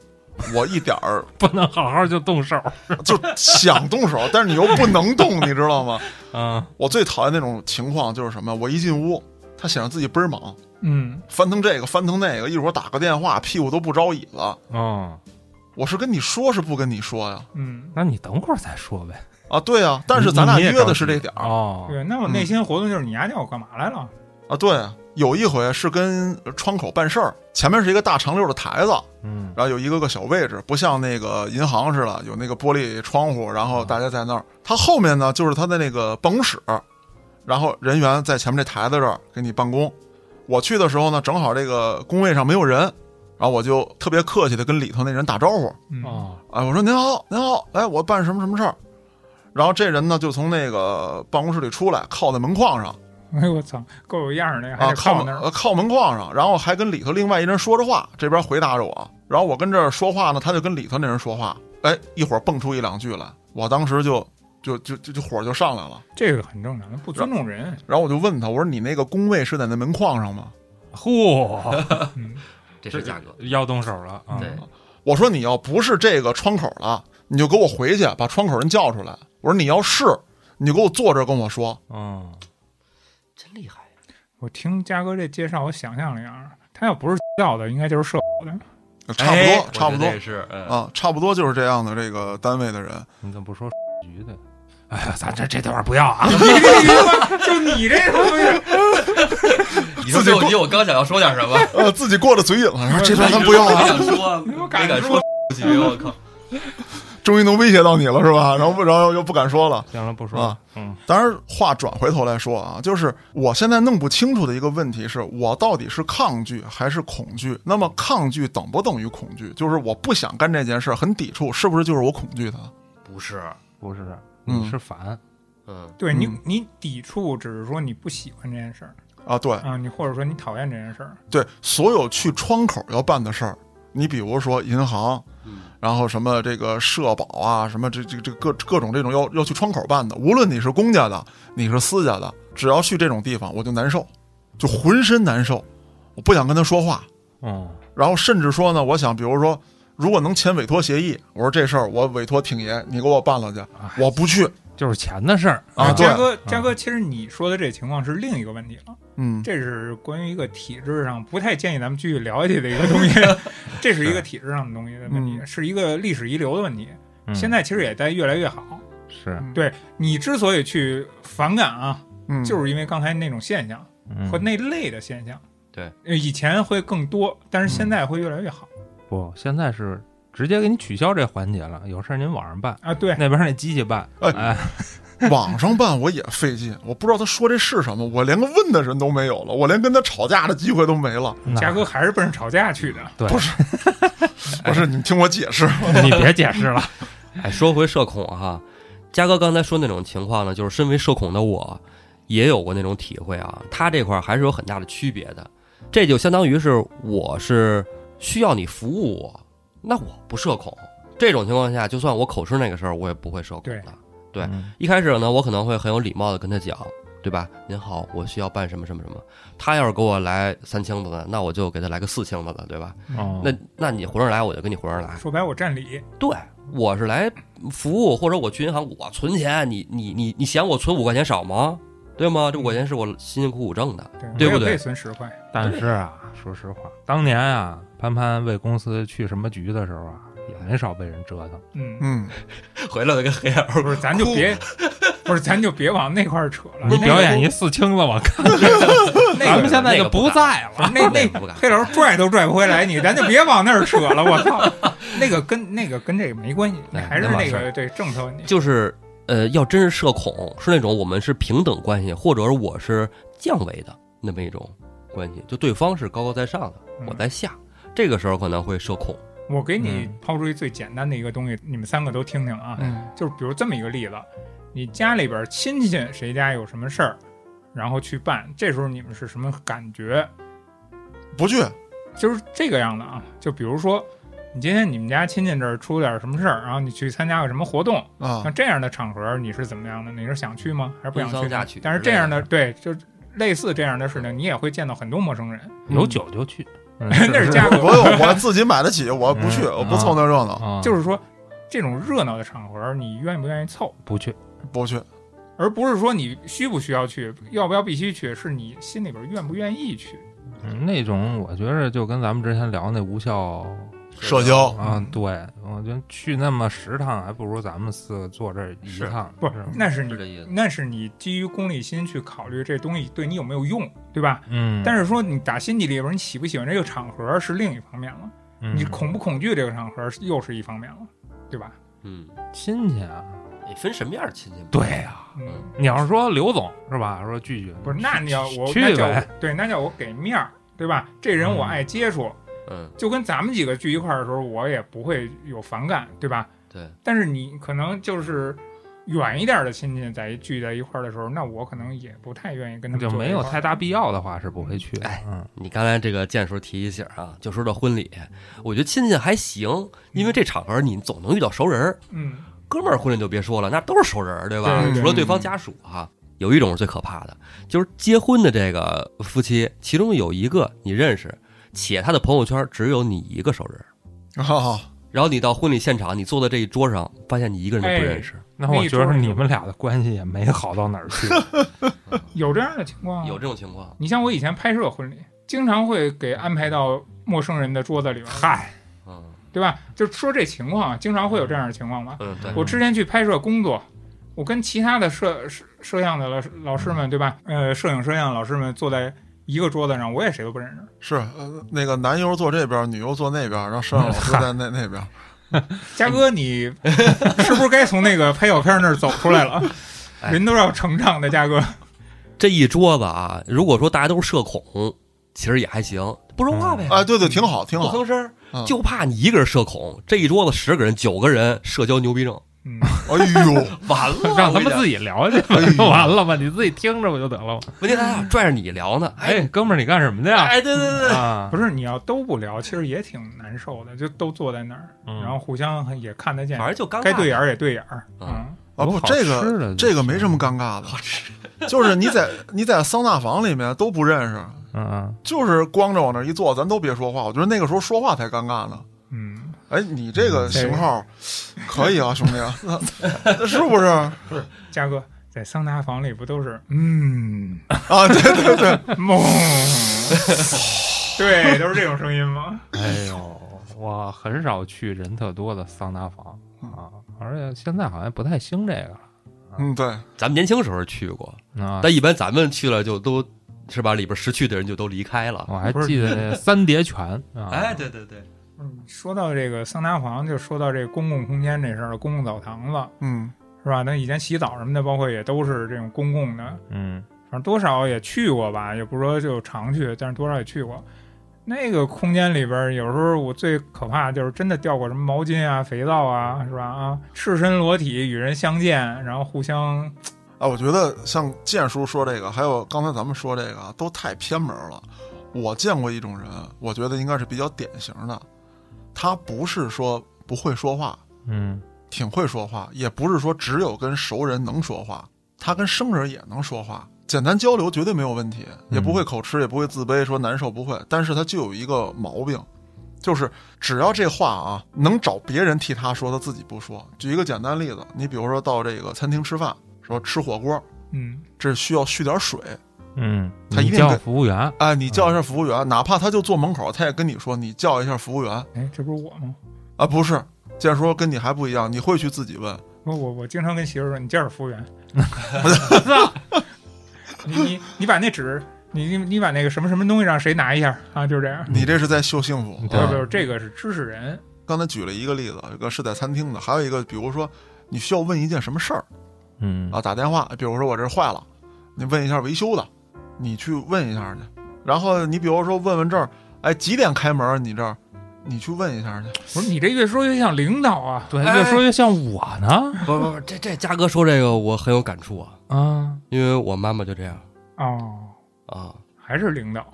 S4: 我一点儿
S1: 不能好好就动手，
S4: 就想动手，但是你又不能动，你知道吗？
S1: 嗯，
S4: 我最讨厌那种情况就是什么？我一进屋，他显得自己倍儿忙，
S2: 嗯，
S4: 翻腾这个翻腾那个，一会儿打个电话，屁股都不着椅子。
S1: 哦，
S4: 我是跟你说是不跟你说呀？
S2: 嗯，
S1: 那你等会儿再说呗，
S4: 啊，对呀、但是咱俩
S1: 你也
S4: 约的
S1: 着
S4: 是
S1: 急
S4: 这点儿
S1: 哦，
S2: 对。那我内心活动就是你丫叫我干嘛来了？
S4: 啊，对啊。有一回是跟窗口办事儿，前面是一个大长溜的台子，
S1: 嗯，
S4: 然后有一个个小位置，不像那个银行似的有那个玻璃窗户，然后大家在那儿。它后面呢就是它的那个办公室，然后人员在前面这台子这儿给你办公。我去的时候呢，正好这个工位上没有人，然后我就特别客气的跟里头那人打招呼，
S2: 嗯，
S1: 哦，
S4: 哎，我说您好，您好，哎，我办什么什么事儿。然后这人呢就从那个办公室里出来，靠在门框上
S2: 哎呦我操，够有样儿的，还
S4: 啊，
S2: 得
S4: 靠
S2: 靠那
S4: 门
S2: 儿。
S4: 呃靠门框上，然后还跟里头另外一人说着话，这边回答着我，然后我跟这儿说话呢，他就跟里头那人说话，哎，一会儿蹦出一两句来，我当时就就就就就火就上来了，
S2: 这个很正常，不尊重人。
S4: 然后我就问他，我说你那个工位是在那门框上吗？
S1: 嚯，
S2: 嗯，
S3: 这是价格。
S1: 要动手了啊，
S3: 对，
S4: 我说你要不是这个窗口了，你就给我回去把窗口人叫出来。我说你要是，你就给我坐这儿跟我说。
S1: 嗯，
S3: 真厉害。啊
S2: 我听嘉哥这介绍，我想象了一样，他要不是造的，应该就是社保的。
S4: 差不
S3: 哎
S4: 多，差不
S3: 我觉
S4: 多
S3: 得也是，嗯，
S4: 啊，差不多就是这样的这个单位的人。
S1: 你怎么不说局的？哎呀，咱这这段不要啊，
S2: 哎就你这种东西，
S3: 你说
S4: 自己
S3: 这
S4: 过
S3: 我我刚想要说点什 么，
S4: 呃，自己过了嘴瘾了，然后这段咱不要
S3: 我
S4: 了。
S3: 想说，没
S2: 我
S3: 敢
S2: 敢
S3: 说出去，我靠，
S4: 终于能威胁到你了是吧？ 然后不，然后又不敢说了。
S1: 行了，不说
S4: 啊
S1: 了，嗯，
S4: 当然，话转回头来说啊，就是我现在弄不清楚的一个问题是，我到底是抗拒还是恐惧？那么抗拒等不等于恐惧？就是我不想干这件事，很抵触，是不是就是我恐惧它？
S3: 不是，
S1: 不是，
S4: 嗯
S1: 你是烦，
S3: 嗯，
S2: 对你
S4: 嗯，
S2: 你抵触只是说你不喜欢这件事儿
S4: 啊，对
S2: 啊，你或者说你讨厌这件事儿，
S4: 对，所有去窗口要办的事儿，你比如说银行，
S2: 嗯
S4: 然后什么这个社保啊，什么这这这各各种这种要要去窗口办的，无论你是公家的，你是私家的，只要去这种地方，我就难受，就浑身难受，我不想跟他说话。
S1: 嗯，
S4: 然后甚至说呢，我想，比如说，如果能签委托协议，我说这事儿我委托挺爷，你给我办了去，
S2: 哎
S4: 我不去
S1: 就是钱的事儿
S4: 啊。对
S2: 嘉，哥，嘉哥，其实你说的这情况是另一个问题了，
S4: 嗯，
S2: 这是关于一个体制上不太建议咱们继续了解的一个东西，这是一个体制上的东西的问题，是一个历史遗留的问题。
S1: 嗯
S2: 现在其实也在越来越好。
S1: 是，
S2: 对你之所以去反感啊，
S4: 嗯
S2: 就是因为刚才那种现象
S1: 嗯
S2: 和那类的现象。
S3: 对
S2: 呃，以前会更多，但是现在会越来越好
S1: 不，现在是直接给你取消这环节了，有事儿您网上办，
S2: 啊。对，
S1: 那边那机器办，
S4: 哎
S1: 哎，
S4: 网上办我也费劲，我不知道他说这是什么，我连个问的人都没有了，我连跟他吵架的机会都没了。
S1: 那
S2: 嘉哥还是奔着吵架去的。
S1: 对，
S4: 不是不
S1: 哎
S4: 是，你们听我解释，
S1: 你别解释 了，
S3: 哎，说回社恐哈，嘉哥刚才说那种情况呢，就是身为社恐的我，也有过那种体会啊。他这块儿还是有很大的区别的，这就相当于是我是需要你服务我，那我不社恐。这种情况下，就算我口吃那个事儿，我也不会社恐
S2: 对
S3: 的。对
S1: 嗯
S3: 一开始呢，我可能会很有礼貌的跟他讲，对吧？您好，我需要办什么什么什么。他要是给我来三清子的，那我就给他来个四清子的，对吧？
S1: 哦
S3: 那那你混上来，我就跟你混上来。
S2: 说白，我占理。
S3: 对，我是来服务，或者我去银行我存钱，你你你你嫌我存五块钱少吗？对吗？这五块钱是我辛辛苦苦挣的。对
S2: 我也
S3: 不对
S2: 可以存十块。
S1: 但是啊，说实话，当年啊，潘潘为公司去什么局的时候啊，也没少被人折腾。
S2: 嗯，
S4: 嗯，
S1: 哎
S3: 回来我就跟黑眼
S2: 不是，咱就别， 不是，咱就别往那块儿扯了。
S1: 你
S2: 那
S1: 表演一四清子，我看
S2: 那
S1: 咱们
S2: 个
S1: 现在就不在
S2: 不
S1: 了。
S2: 是那
S3: 那
S2: 那
S3: 个不敢
S2: 黑老师拽都拽不回来你，咱就别往那儿扯了。我操， 那个跟那个跟这个没关系，
S3: 哎
S2: 还是
S3: 那
S2: 那
S3: 完事
S2: 个对政策问题。
S3: 就是呃，要真是社恐，是那种我们是平等关系，或者是我是降维的那么一种关系，就对方是高高在上的，我在下，这个时候可能会社恐。
S2: 我给你
S1: 嗯
S2: 抛出一最简单的一个东西，你们三个都听听啊。
S4: 嗯
S2: 就是比如这么一个例子，你家里边亲戚谁家有什么事儿，然后去办，这时候你们是什么感觉？
S4: 不去，
S2: 就是这个样子啊。就比如说，你今天你们家亲戚这儿出点什么事儿，然后你去参加个什么活动，
S4: 啊
S2: 像，这样的场合你是怎么样的？你是想去吗？还是不想去
S3: 奔丧
S2: 呢
S3: 嫁娶？
S2: 但是
S3: 之
S2: 这
S3: 类
S2: 样
S3: 的
S2: 的对，就是类似这样的事情，你也会见到很多陌生人。
S1: 有酒就去，嗯
S2: 那是价格
S4: 我有我自己买得起，我不去，
S1: 嗯
S4: 我不凑那热闹，
S1: 啊，
S2: 就是说，这种热闹的场合，你愿不愿意凑？
S1: 不去。
S4: 不去。
S2: 而不是说你需不需要去，要不要必须去，是你心里边愿不愿意去。
S1: 嗯那种我觉着就跟咱们之前聊那无效
S4: 社交
S1: 啊
S2: 嗯，
S1: 对我觉得去那么十趟，还不如咱们四个坐这儿一
S3: 是
S1: 趟。
S2: 不是
S1: 吧，
S2: 那是
S3: 是
S2: 你
S3: 这意思
S2: 那是你基于功利心去考虑这东西对你有没有用，对吧？
S1: 嗯，
S2: 但
S1: 是
S2: 是说你打心底里边你喜不喜欢这个场合是另一方面了，
S1: 嗯
S2: 你恐不恐惧这个场合是又是一方面了，对吧？
S3: 嗯，
S1: 亲戚啊，
S3: 你分什么样的亲戚？
S1: 对，呀，
S2: 嗯，
S1: 你要是说刘总是吧，说拒绝，
S2: 不是，那你要我
S1: 去
S2: 那叫我
S1: 呗
S2: 对，那叫我给面儿，对吧？这人我
S1: 嗯
S2: 爱接触，
S3: 嗯，
S2: 就跟咱们几个聚一块儿的时候，我也不会有反感，对吧？
S3: 对，
S2: 但是你可能就是远一点的亲戚在聚在一块儿的时候，那我可能也不太愿意跟他们
S1: 就
S2: 坐在
S1: 没
S2: 一
S1: 有
S2: 块儿
S1: 太大必要的话是不会去的。
S3: 哎
S1: 嗯，
S3: 你刚才这个建叔提一醒啊，就说到婚礼，我觉得亲戚还行，因为这场合你总能遇到熟人儿。
S2: 嗯，
S3: 哥们儿婚礼就别说了，那都是熟人儿，对吧？
S2: 对对
S3: 除了对方家属哈、有一种是最可怕的，就是结婚的这个夫妻，其中有一个你认识，且他的朋友圈只有你一个熟人儿。
S4: 哈哈，然
S3: 然后你到婚礼现场，你坐在这一桌上，发现你一个人都不认识，
S1: 那我
S2: 那
S1: 觉得
S2: 桌儿
S1: 你们俩的关系也没好到哪儿 去。
S2: 有这样的情况啊。
S3: 有这种情况。
S2: 你像我以前拍摄婚礼，经常会给安排到陌生人的桌子里边，
S1: 嗨，
S3: 嗯
S2: 对吧？就说这情况啊，经常会有这样的情况吧。
S3: 嗯，对，
S2: 我之前去拍摄工作，我跟其他的摄摄摄像的老师老师们，对吧？呃，摄影摄像老师们坐在一个桌子上，我也谁
S3: 哎
S2: 都不认识。
S4: 是呃那个男优坐这边，女优坐那边，然后摄像老师在那那边。
S2: 嘉哥，你是不是该从那个拍小片那儿走出来了？
S3: 哎
S2: 人都要成长的，嘉哥。
S3: 这一桌子啊，如果说大家都是社恐，其实也还行，不说话呗，
S4: 哎，对对，挺好，挺
S3: 不
S4: 好。
S3: 吭声儿
S4: 嗯，
S3: 就怕你一个人社恐。这一桌子十个人，九个人社交牛逼症，
S2: 嗯，
S4: 哎 呦，
S3: 完了，
S1: 让他
S3: 我跟你
S1: 们
S3: 讲
S1: 自己聊去吧
S4: 哎，呦
S1: 完了吧，你自己听着不就得了吗？
S3: 问题他俩拽着你聊呢，
S1: 哎，
S3: 哎
S1: 哥们儿，你干什么的呀？
S3: 哎，对对对，对
S1: 啊，
S2: 不是，你要都不聊，其实也挺难受的，就都坐在那儿，
S1: 嗯
S2: 然后互相也看 得见
S3: 反，正就尴尬，
S2: 该对眼儿也对眼儿。
S3: 啊
S2: 嗯，
S4: 啊
S1: 有
S4: 不，
S1: 好
S4: 这
S1: 吃
S4: 个
S1: 的
S4: 这个没什么尴尬的，
S3: 好吃，
S4: 就是你在你在桑拿房里面都不认识，
S1: 嗯嗯，
S4: 就是光着往那儿一坐，咱都别说话。我觉得那个时候说话才尴尬呢。
S2: 嗯，
S4: 哎，你这个型号可以啊，兄弟，那是不是啊？
S2: 嘉哥在桑拿房里不都是嗯
S4: 对对对，
S2: 梦， 对，都是这种声音吗？
S1: 哎呦，我很少去人特多的桑拿房啊，而且现在好像不太兴这个了。
S4: 嗯，对，
S3: 咱们年轻时候去过，
S1: 啊，
S3: 但一般咱们去了就都是吧，里边识趣的人就都离开了。
S1: 我还
S2: 不是
S1: 记得那三叠泉啊，
S3: 哎，对对对，
S2: 嗯说到这个桑拿房，就说到这公共空间这事儿了，公共澡堂子
S4: 嗯，
S2: 是吧？那以前洗澡什么的，包括也都是这种公共的，
S1: 嗯，
S2: 反正多少也去过吧，也不是说就常去，但是多少也去过。那个空间里边儿，有时候我最可怕的就是真的掉过什么毛巾啊、肥皂啊，是吧？啊，赤身裸体与人相见，然后互相
S4: 哎，我觉得像建叔说这个，还有刚才咱们说这个，啊，都太偏门了。我见过一种人，我觉得应该是比较典型的，他不是说不会说话，
S1: 嗯，
S4: 挺会说话，也不是说只有跟熟人能说话，他跟生人也能说话，简单交流绝对没有问题，也不会口吃，也不会自卑，说难受不会，但是他就有一个毛病。就是只要这话啊能找别人替他说，他自己不说。举一个简单例子，你比如说到这个餐厅吃饭，说吃火锅，
S2: 嗯，
S4: 这需要续点水，
S1: 嗯，
S4: 他一
S1: 你
S4: 定
S1: 叫
S4: 跟
S1: 服务员，
S4: 哎，你叫一下服务员，哪怕他就坐门口，他也跟你说你叫一下服务员
S2: 哎，这不是我吗？
S4: 啊，不是。建叔跟你还不一样，你会去自己问，
S2: 我我我经常跟媳妇儿说，你叫点服务员，你你你把那纸，你你你把那个什么什么东西让谁拿一下啊？就是这样。
S4: 你这是在秀幸福。啊
S1: 对
S2: 不不，这个是知识人，
S4: 刚才举了一个例子，一个是在餐厅的，还有一个比如说你需要问一件什么事儿
S1: 嗯
S4: 啊，打电话，比如说我这坏了，你问一下维修的，你去问一下去。然后你比如说问问这儿，哎，几点开门？你这儿，你去问一下去。
S2: 不是你这越说越像领导啊。
S1: 对，
S3: 哎
S1: 越说越像我呢
S3: 不不不，这这嘉哥说这个我很有感触啊，
S1: 啊，
S3: 因为我妈妈就这样
S2: 哦，
S3: 啊，
S2: 还是领导，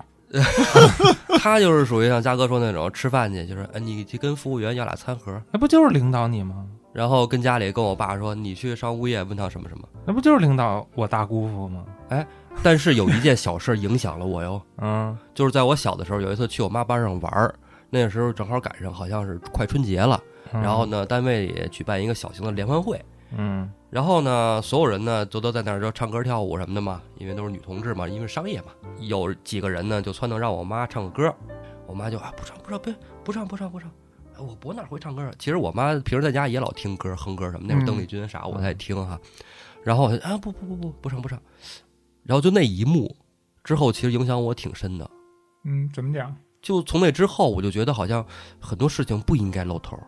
S3: 她就是属于像嘉哥说那种吃饭去，就是哎你去跟服务员要俩餐盒，
S1: 那不就是领导你吗？
S3: 然后跟家里跟我爸说你去上物业问趟什么什么。
S1: 那不就是领导我大姑父吗？
S3: 但是有一件小事影响了我哟，
S1: 嗯
S3: 就是在我小的时候，有一次去我妈班上玩儿，那时候正好赶上好像是快春节了，
S1: 嗯
S3: 然后呢，单位也举办一个小型的联欢会，
S1: 嗯
S3: 然后呢，所有人呢都都在那儿就唱歌跳舞什么的嘛，因为都是女同志嘛，因为商业嘛，有几个人呢就撺掇让我妈唱个歌，我妈就啊不唱不唱不不唱不唱不唱，哎我我哪会唱歌啊？其实我妈平时在家也老听歌哼歌什么，那会儿邓丽君啥我在听哈，然后我就啊不不不不不唱不唱，然后就那一幕之后，其实影响我挺深的。
S2: 嗯，怎么讲？
S3: 就从那之后，我就觉得好像很多事情不应该露头，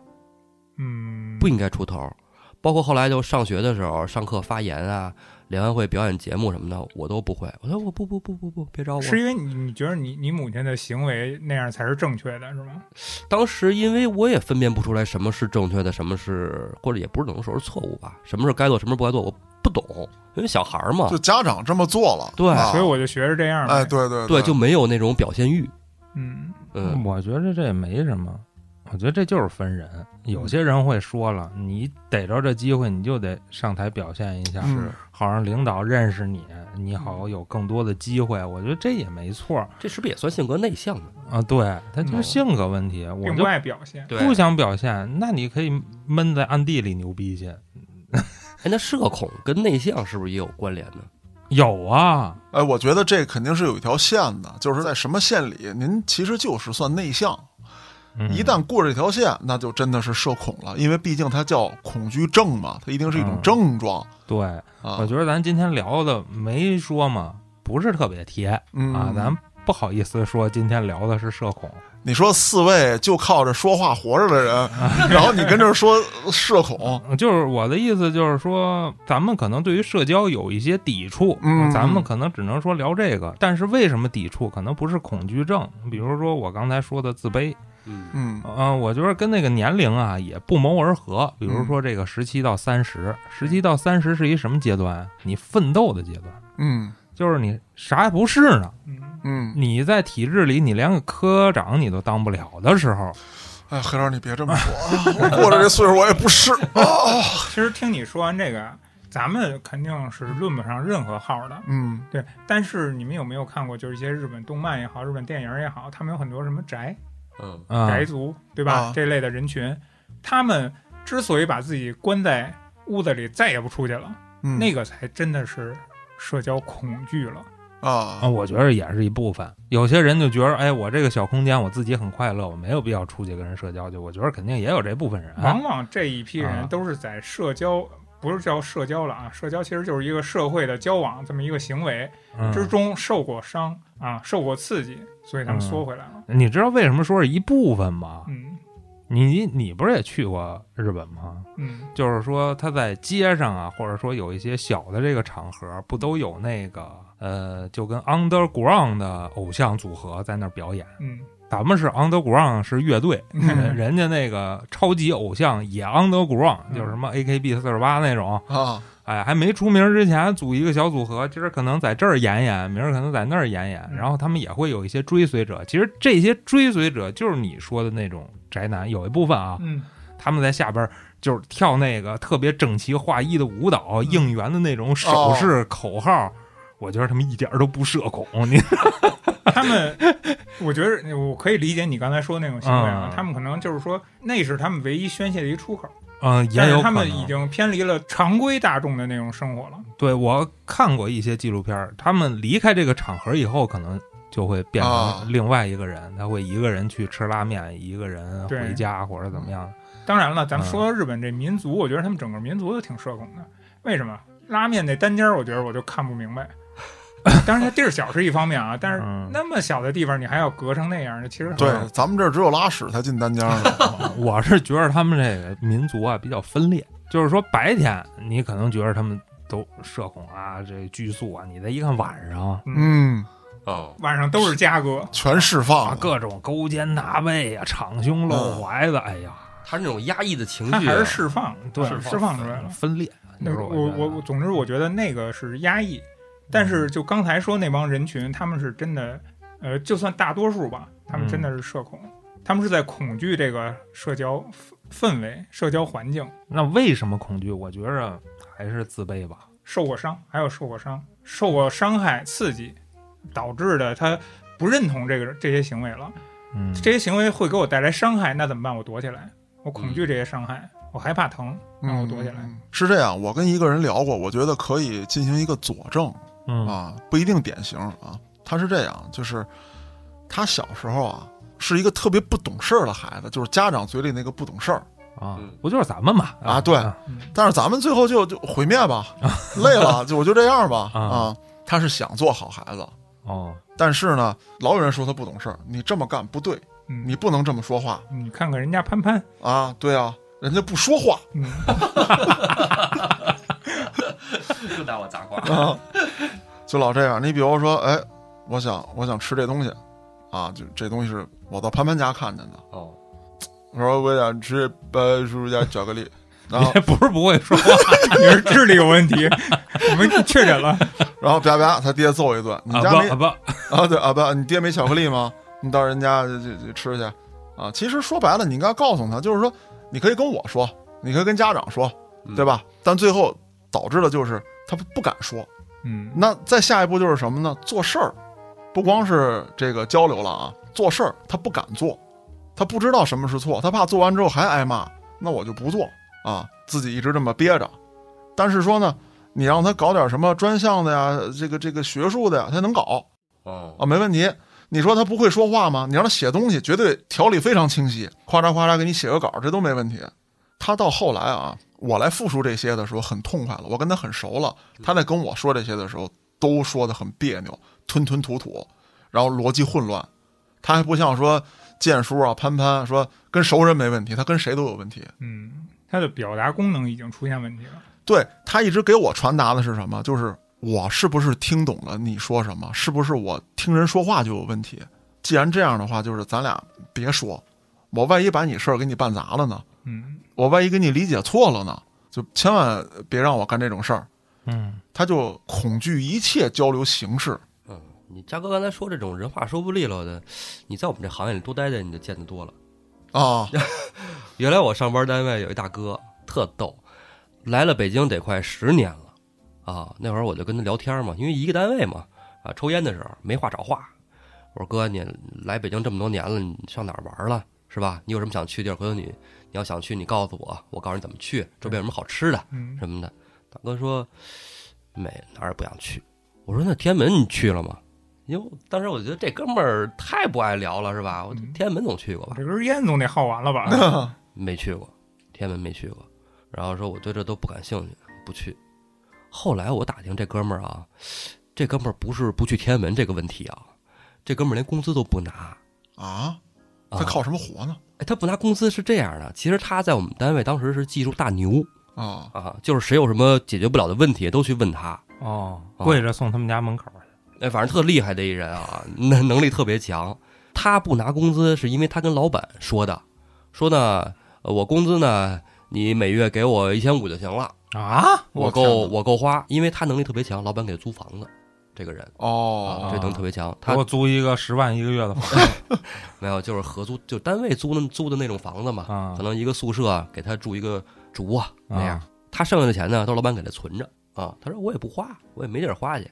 S2: 嗯，
S3: 不应该出头。包括后来就上学的时候，上课发言啊，联欢会表演节目什么的，我都不会。我说我不不不不不，别找我。
S2: 是因为你你觉得你你母亲的行为那样才是正确的，是吗？
S3: 当时因为我也分辨不出来什么是正确的，什么是或者也不是能说是错误吧，什么是该做，什么是不该做，我不懂，因为小孩儿嘛
S4: 就，家长这么做了，
S3: 对
S4: 啊
S2: 所以我就学着这样呗。
S4: 哎，对对
S3: 对，就没有那种表现欲。
S2: 嗯
S3: 嗯，
S1: 我觉得这也没什么，我觉得这就是分人，有些人会说了，你逮着这机会你就得上台表现一下，
S4: 嗯
S1: 好让领导认识你，你好有更多的机会，我觉得这也没错儿
S3: 这是不是也算性格内向呢？
S1: 啊。对，他就是
S2: 嗯
S1: 性格问题，我
S2: 并
S1: 就
S2: 不爱表现。
S3: 对
S1: 不想表现，那你可以闷在暗地里牛逼去。
S3: 哎，那社恐跟内向是不是也有关联呢？
S1: 有啊，
S4: 哎，我觉得这肯定是有一条线的，就是在什么线里，您其实就是算内向。
S1: 嗯
S4: 一旦过这条线，那就真的是社恐了，因为毕竟它叫恐惧症嘛，它一定是一种
S1: 嗯
S4: 症状
S1: 对，
S4: 啊
S1: 我。觉得咱今天聊的没说嘛，不是特别贴
S4: 嗯
S1: 啊，咱不好意思说今天聊的是社恐，
S4: 你说四位就靠着说话活着 的人，然后你跟这儿说社恐，
S1: 嗯就是我的意思就是说，咱们可能对于社交有一些抵触，
S4: 嗯
S1: 咱们可能只能说聊这个。但是为什么抵触？可能不是恐惧症，比如说我刚才说的自卑，
S3: 嗯
S4: 嗯
S1: 嗯、我觉得跟那个年龄啊也不谋而合。比如说这个十七到三十，十七到三十是一什么阶段？啊你奋斗的阶段，
S4: 嗯
S1: 就是你啥也不是呢，
S2: 嗯，
S4: 嗯，
S1: 你在体制里你连个科长你都当不了的时候，
S4: 哎，黑老师你别这么说啊，我过了这岁数我也不是啊，
S2: 其实听你说完这个，啊咱们肯定是论不上任何号的。
S4: 嗯
S2: 对，但是你们有没有看过，就是一些日本动漫也好，日本电影也好，他们有很多什么宅
S3: 嗯
S1: 啊、
S2: 宅族，对吧？
S4: 啊
S2: 这类的人群，他们之所以把自己关在屋子里再也不出去了，
S4: 嗯，
S2: 那个才真的是社交恐惧了。
S1: 啊，
S4: 啊，
S1: 我觉得也是一部分。有些人就觉得，哎，我这个小空间我自己很快乐，我没有必要出去跟人社交去。我觉得肯定也有这部分人。
S2: 往往这一批
S1: 啊
S2: 人都是在社交，不是叫社交了啊，社交其实就是一个社会的交往这么一个行为之
S1: 嗯，
S2: 中受过伤啊，受过刺激，所以他们缩回来了。
S1: 你知道为什么说是一部分吗？
S2: 嗯
S1: 你你不是也去过日本吗？
S2: 嗯
S1: 就是说他在街上啊，或者说有一些小的这个场合，不都有那个呃，就跟 underground 的偶像组合在那儿表演。
S2: 嗯
S1: 咱们是 underground 是乐队，人
S2: 嗯
S1: 人家那个超级偶像也 underground，
S2: 嗯
S1: 就是什么 AKB 四十八那种，
S4: 啊，
S1: 哎，还没出名儿之前组一个小组合，今儿可能在这儿演演，明儿可能在那儿演演，
S2: 嗯
S1: 然后他们也会有一些追随者。其实这些追随者就是你说的那种宅男，有一部分啊，
S2: 嗯
S1: 他们在下边儿就是跳那个特别整齐划一的舞蹈，
S2: 嗯哦
S1: 应援的那种手势、口号。我觉得他们一点儿都不社恐，你
S2: 他们，我觉得我可以理解你刚才说那种行为
S1: 嗯，
S2: 啊他们可能就是说那是他们唯一宣泄的一出口，
S1: 嗯、
S2: 但
S1: 也有
S2: 是
S1: 可
S2: 他
S1: 能
S2: 们已经偏离了常规大众的那种生活了。
S1: 对我看过一些纪录片儿，他们离开这个场合以后，可能就会变
S4: 啊
S1: 成另外一个人，他会一个人去吃拉面，一个人
S2: 对
S1: 回家或者怎么样。
S2: 当然了，咱
S1: 嗯
S2: 们说到日本这民族，我觉得他们整个民族都挺社恐的。为什么？拉面那单间儿，我觉得我就看不明白。当然，它地儿小是一方面啊，但是
S1: 嗯，
S2: 那么小的地方，你还要隔成那样的，其实很
S4: 对，咱们这儿只有拉屎才进单间儿 的，
S1: 我是觉得他们这个民族啊比较分裂，就是说白天你可能觉得他们都社恐啊，这拘束啊，你再一看晚上
S4: 嗯，
S3: 哦，
S2: 晚上都是家哥，
S4: 全释放
S1: 啊，
S4: 了，
S1: 各种勾肩搭背啊，敞胸露怀的，哎呀，
S3: 他是那种压抑的情
S2: 它
S3: 绪啊，
S2: 还是释放，
S1: 对
S2: 释释放出来了。
S1: 分裂。就
S2: 那
S1: 是
S2: 我
S1: 我觉得嗯
S2: 我我，总之我觉得那个是压抑，但是就刚才说那帮人群，他们是真的，呃，就算大多数吧，他们真
S1: 嗯
S2: 的是社恐，他们是在恐惧这个社交氛氛围、社交环境，
S1: 那为什么恐惧？我觉着还是自卑吧。
S2: 受过伤，还有受过伤、受过伤害、刺激导致的，他不认同这个这些行为了，
S1: 嗯，
S2: 这些行为会给我带来伤害，那怎么办？我躲起来，我恐
S1: 嗯
S2: 惧这些伤害，我害怕疼，那我躲起来。
S4: 嗯是这样，我跟一个人聊过，我觉得可以进行一个佐证
S1: 嗯
S4: 啊，不一定典型啊。他是这样，就是他小时候啊是一个特别不懂事儿的孩子，就是家长嘴里那个不懂事儿。
S1: 啊
S3: 嗯，
S1: 不就是咱们嘛？
S4: 啊对
S2: 嗯
S4: 但是咱们最后就就毁灭 吧，累了就我就这样吧
S1: 啊
S4: 啊。他是想做好孩子，
S1: 哦，
S4: 但是呢，老有人说他不懂事儿，你这么干不对，
S2: 嗯，
S4: 你不能这么说话
S2: 你看看人家潘潘，
S4: 啊。对啊，人家不说话
S2: 嗯，
S3: 又打我砸瓜，
S4: 啊， 就老这样。你比如说，哎，我想我想吃这东西啊，就这东西是我到潘潘家看见的。
S3: 哦，
S4: 我说我想吃呃白叔叔家巧克力，然
S1: 你
S4: 后
S1: 这 不是不会说话
S2: 你是智力有问题， 我们确诊了。
S4: 然后啪啪，他爹揍一顿。你家没
S1: 啊？不啊
S4: 啊？对啊不，你爹没巧克力吗？ 你到人家去去去吃去啊？其实说白了，你应该告诉他，就是说你可以跟我说，你可以跟家长说，对吧？但最后导致的就是他不敢说。
S2: 嗯
S4: 那再下一步就是什么呢？做事儿，不光是这个交流了啊，做事儿他不敢做，他不知道什么是错，他怕做完之后还挨骂，那我就不做啊，自己一直这么憋着。但是说呢，你让他搞点什么专项的呀，这个这个学术的呀，他能搞
S3: 哦，
S4: 啊，没问题。你说他不会说话吗？你让他写东西，绝对条理非常清晰，夸嚓夸嚓给你写个稿，这都没问题。他到后来啊，我来复述这些的时候很痛快了，我跟他很熟了，他在跟我说这些的时候都说的很别扭，吞吞吐吐，然后逻辑混乱。他还不像说建叔啊、潘潘说跟熟人没问题，他跟谁都有问题。
S2: 嗯，他的表达功能已经出现问题了。
S4: 对他一直给我传达的是什么？就是我是不是听懂了你说什么？是不是我听人说话就有问题？既然这样的话，就是咱俩别说，我万一把你事儿给你办砸了呢？
S2: 嗯，
S4: 我万一给你理解错了呢？就千万别让我干这种事儿。
S1: 嗯，
S4: 他就恐惧一切交流形式。
S3: 嗯，你嘉哥刚才说这种人话说不利落的，你在我们这行业里多待待，你就见得多了。
S4: 啊，
S3: 原来我上班单位有一大哥特逗，来了北京得快十年了啊。那会儿我就跟他聊天嘛，因为一个单位嘛啊，抽烟的时候没话找话。我说哥，你来北京这么多年了，你上哪儿玩了是吧？你有什么想去地儿？回头你你要想去，你告诉我，我告诉你怎么去，周边有什么好吃的
S2: 嗯，
S3: 什么的。大哥说没哪儿也不想去。我说那天安门你去了吗？因为我当时我觉得这哥们儿太不爱聊了是吧？我
S2: 嗯
S3: 天安门总去过吧？
S2: 这根烟总得耗完了吧？
S4: 啊
S3: 没去过，天安门没去过，然后说我对这都不感兴趣，不去。后来我打听这哥们儿啊，这哥们儿不是不去天安门这个问题啊，这哥们儿连工资都不拿
S4: 啊，
S3: 啊。
S4: 他靠什么活呢？
S3: 哎他不拿工资是这样的，其实他在我们单位当时是技术大牛
S4: 啊，
S3: 啊，就是谁有什么解决不了的问题都去问他，
S1: 哦，
S3: 啊
S1: 跪着送他们家门口去。
S3: 哎，反正特厉害的一人啊，能能力特别强。他不拿工资是因为他跟老板说的，说呢，呃我工资呢，你每月给我一千五就行了。
S1: 啊，
S4: 我
S3: 我
S4: 天
S3: 够
S4: 哪
S3: 我够花，因为他能力特别强，老板给他租房子，这个人啊，
S4: 哦，
S3: 这能力特别强，
S1: 给
S3: 他
S1: 我租一个十万一个月的房
S3: 没有就是合租，就单位租的租的那种房子嘛，
S1: 啊
S3: 可，能一个宿舍给他住一个主卧那样
S1: 啊，
S3: 他剩下的钱呢，都是老板给他存着啊。他说我也不花，我也没地儿花去，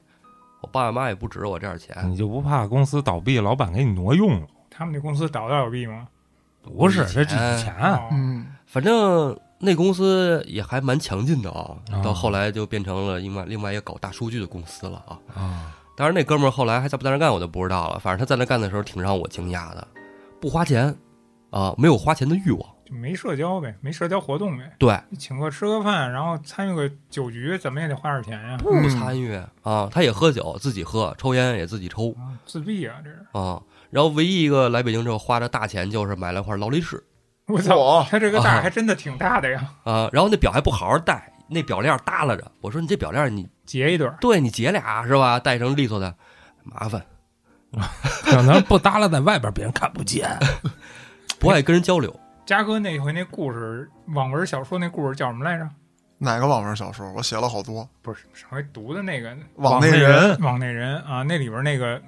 S3: 我爸妈也不指着我这点钱，
S1: 你就不怕公司倒闭，老板给你挪用了？
S2: 他们那公司倒得了币吗？
S1: 不是，这
S3: 以前
S1: 这以前
S2: 哦，
S4: 嗯，
S3: 反正那公司也还蛮强劲的啊
S1: 啊。
S3: 到后来就变成了另外另外一个搞大数据的公司了啊。
S1: 啊，
S3: 当然，那哥们儿后来还在不在那儿干我就不知道了。反正他在那儿干的时候挺让我惊讶的，不花钱啊，没有花钱的欲望。
S2: 就没社交呗，没社交活动呗，
S3: 对，
S2: 请个吃个饭，然后参与个酒局，怎么也得花点钱呀。
S3: 不参与啊，他也喝酒，自己喝，抽烟也自己抽
S2: 啊，自闭啊，这是
S3: 啊。然后唯一一个来北京之后花着大钱就是买了块劳力士
S2: 我操，
S4: 我
S2: 他这个大
S3: 啊
S2: 还真的挺大的呀，
S3: 啊，然后那表还不好好戴，那表链耷拉着。我说你这表链你
S2: 截一段儿，
S3: 对你截俩是吧？戴成利索的，麻烦，
S1: 可能不耷拉在外边，别人看不见。
S3: 不爱跟人交流。
S2: 嘉哥那回那故事，网文小说那故事叫什么来着？
S4: 哪个网文小说？我写了好多，
S2: 不是上回读的那个
S4: 网
S1: 内
S4: 内人
S2: 网内人啊，那里边那个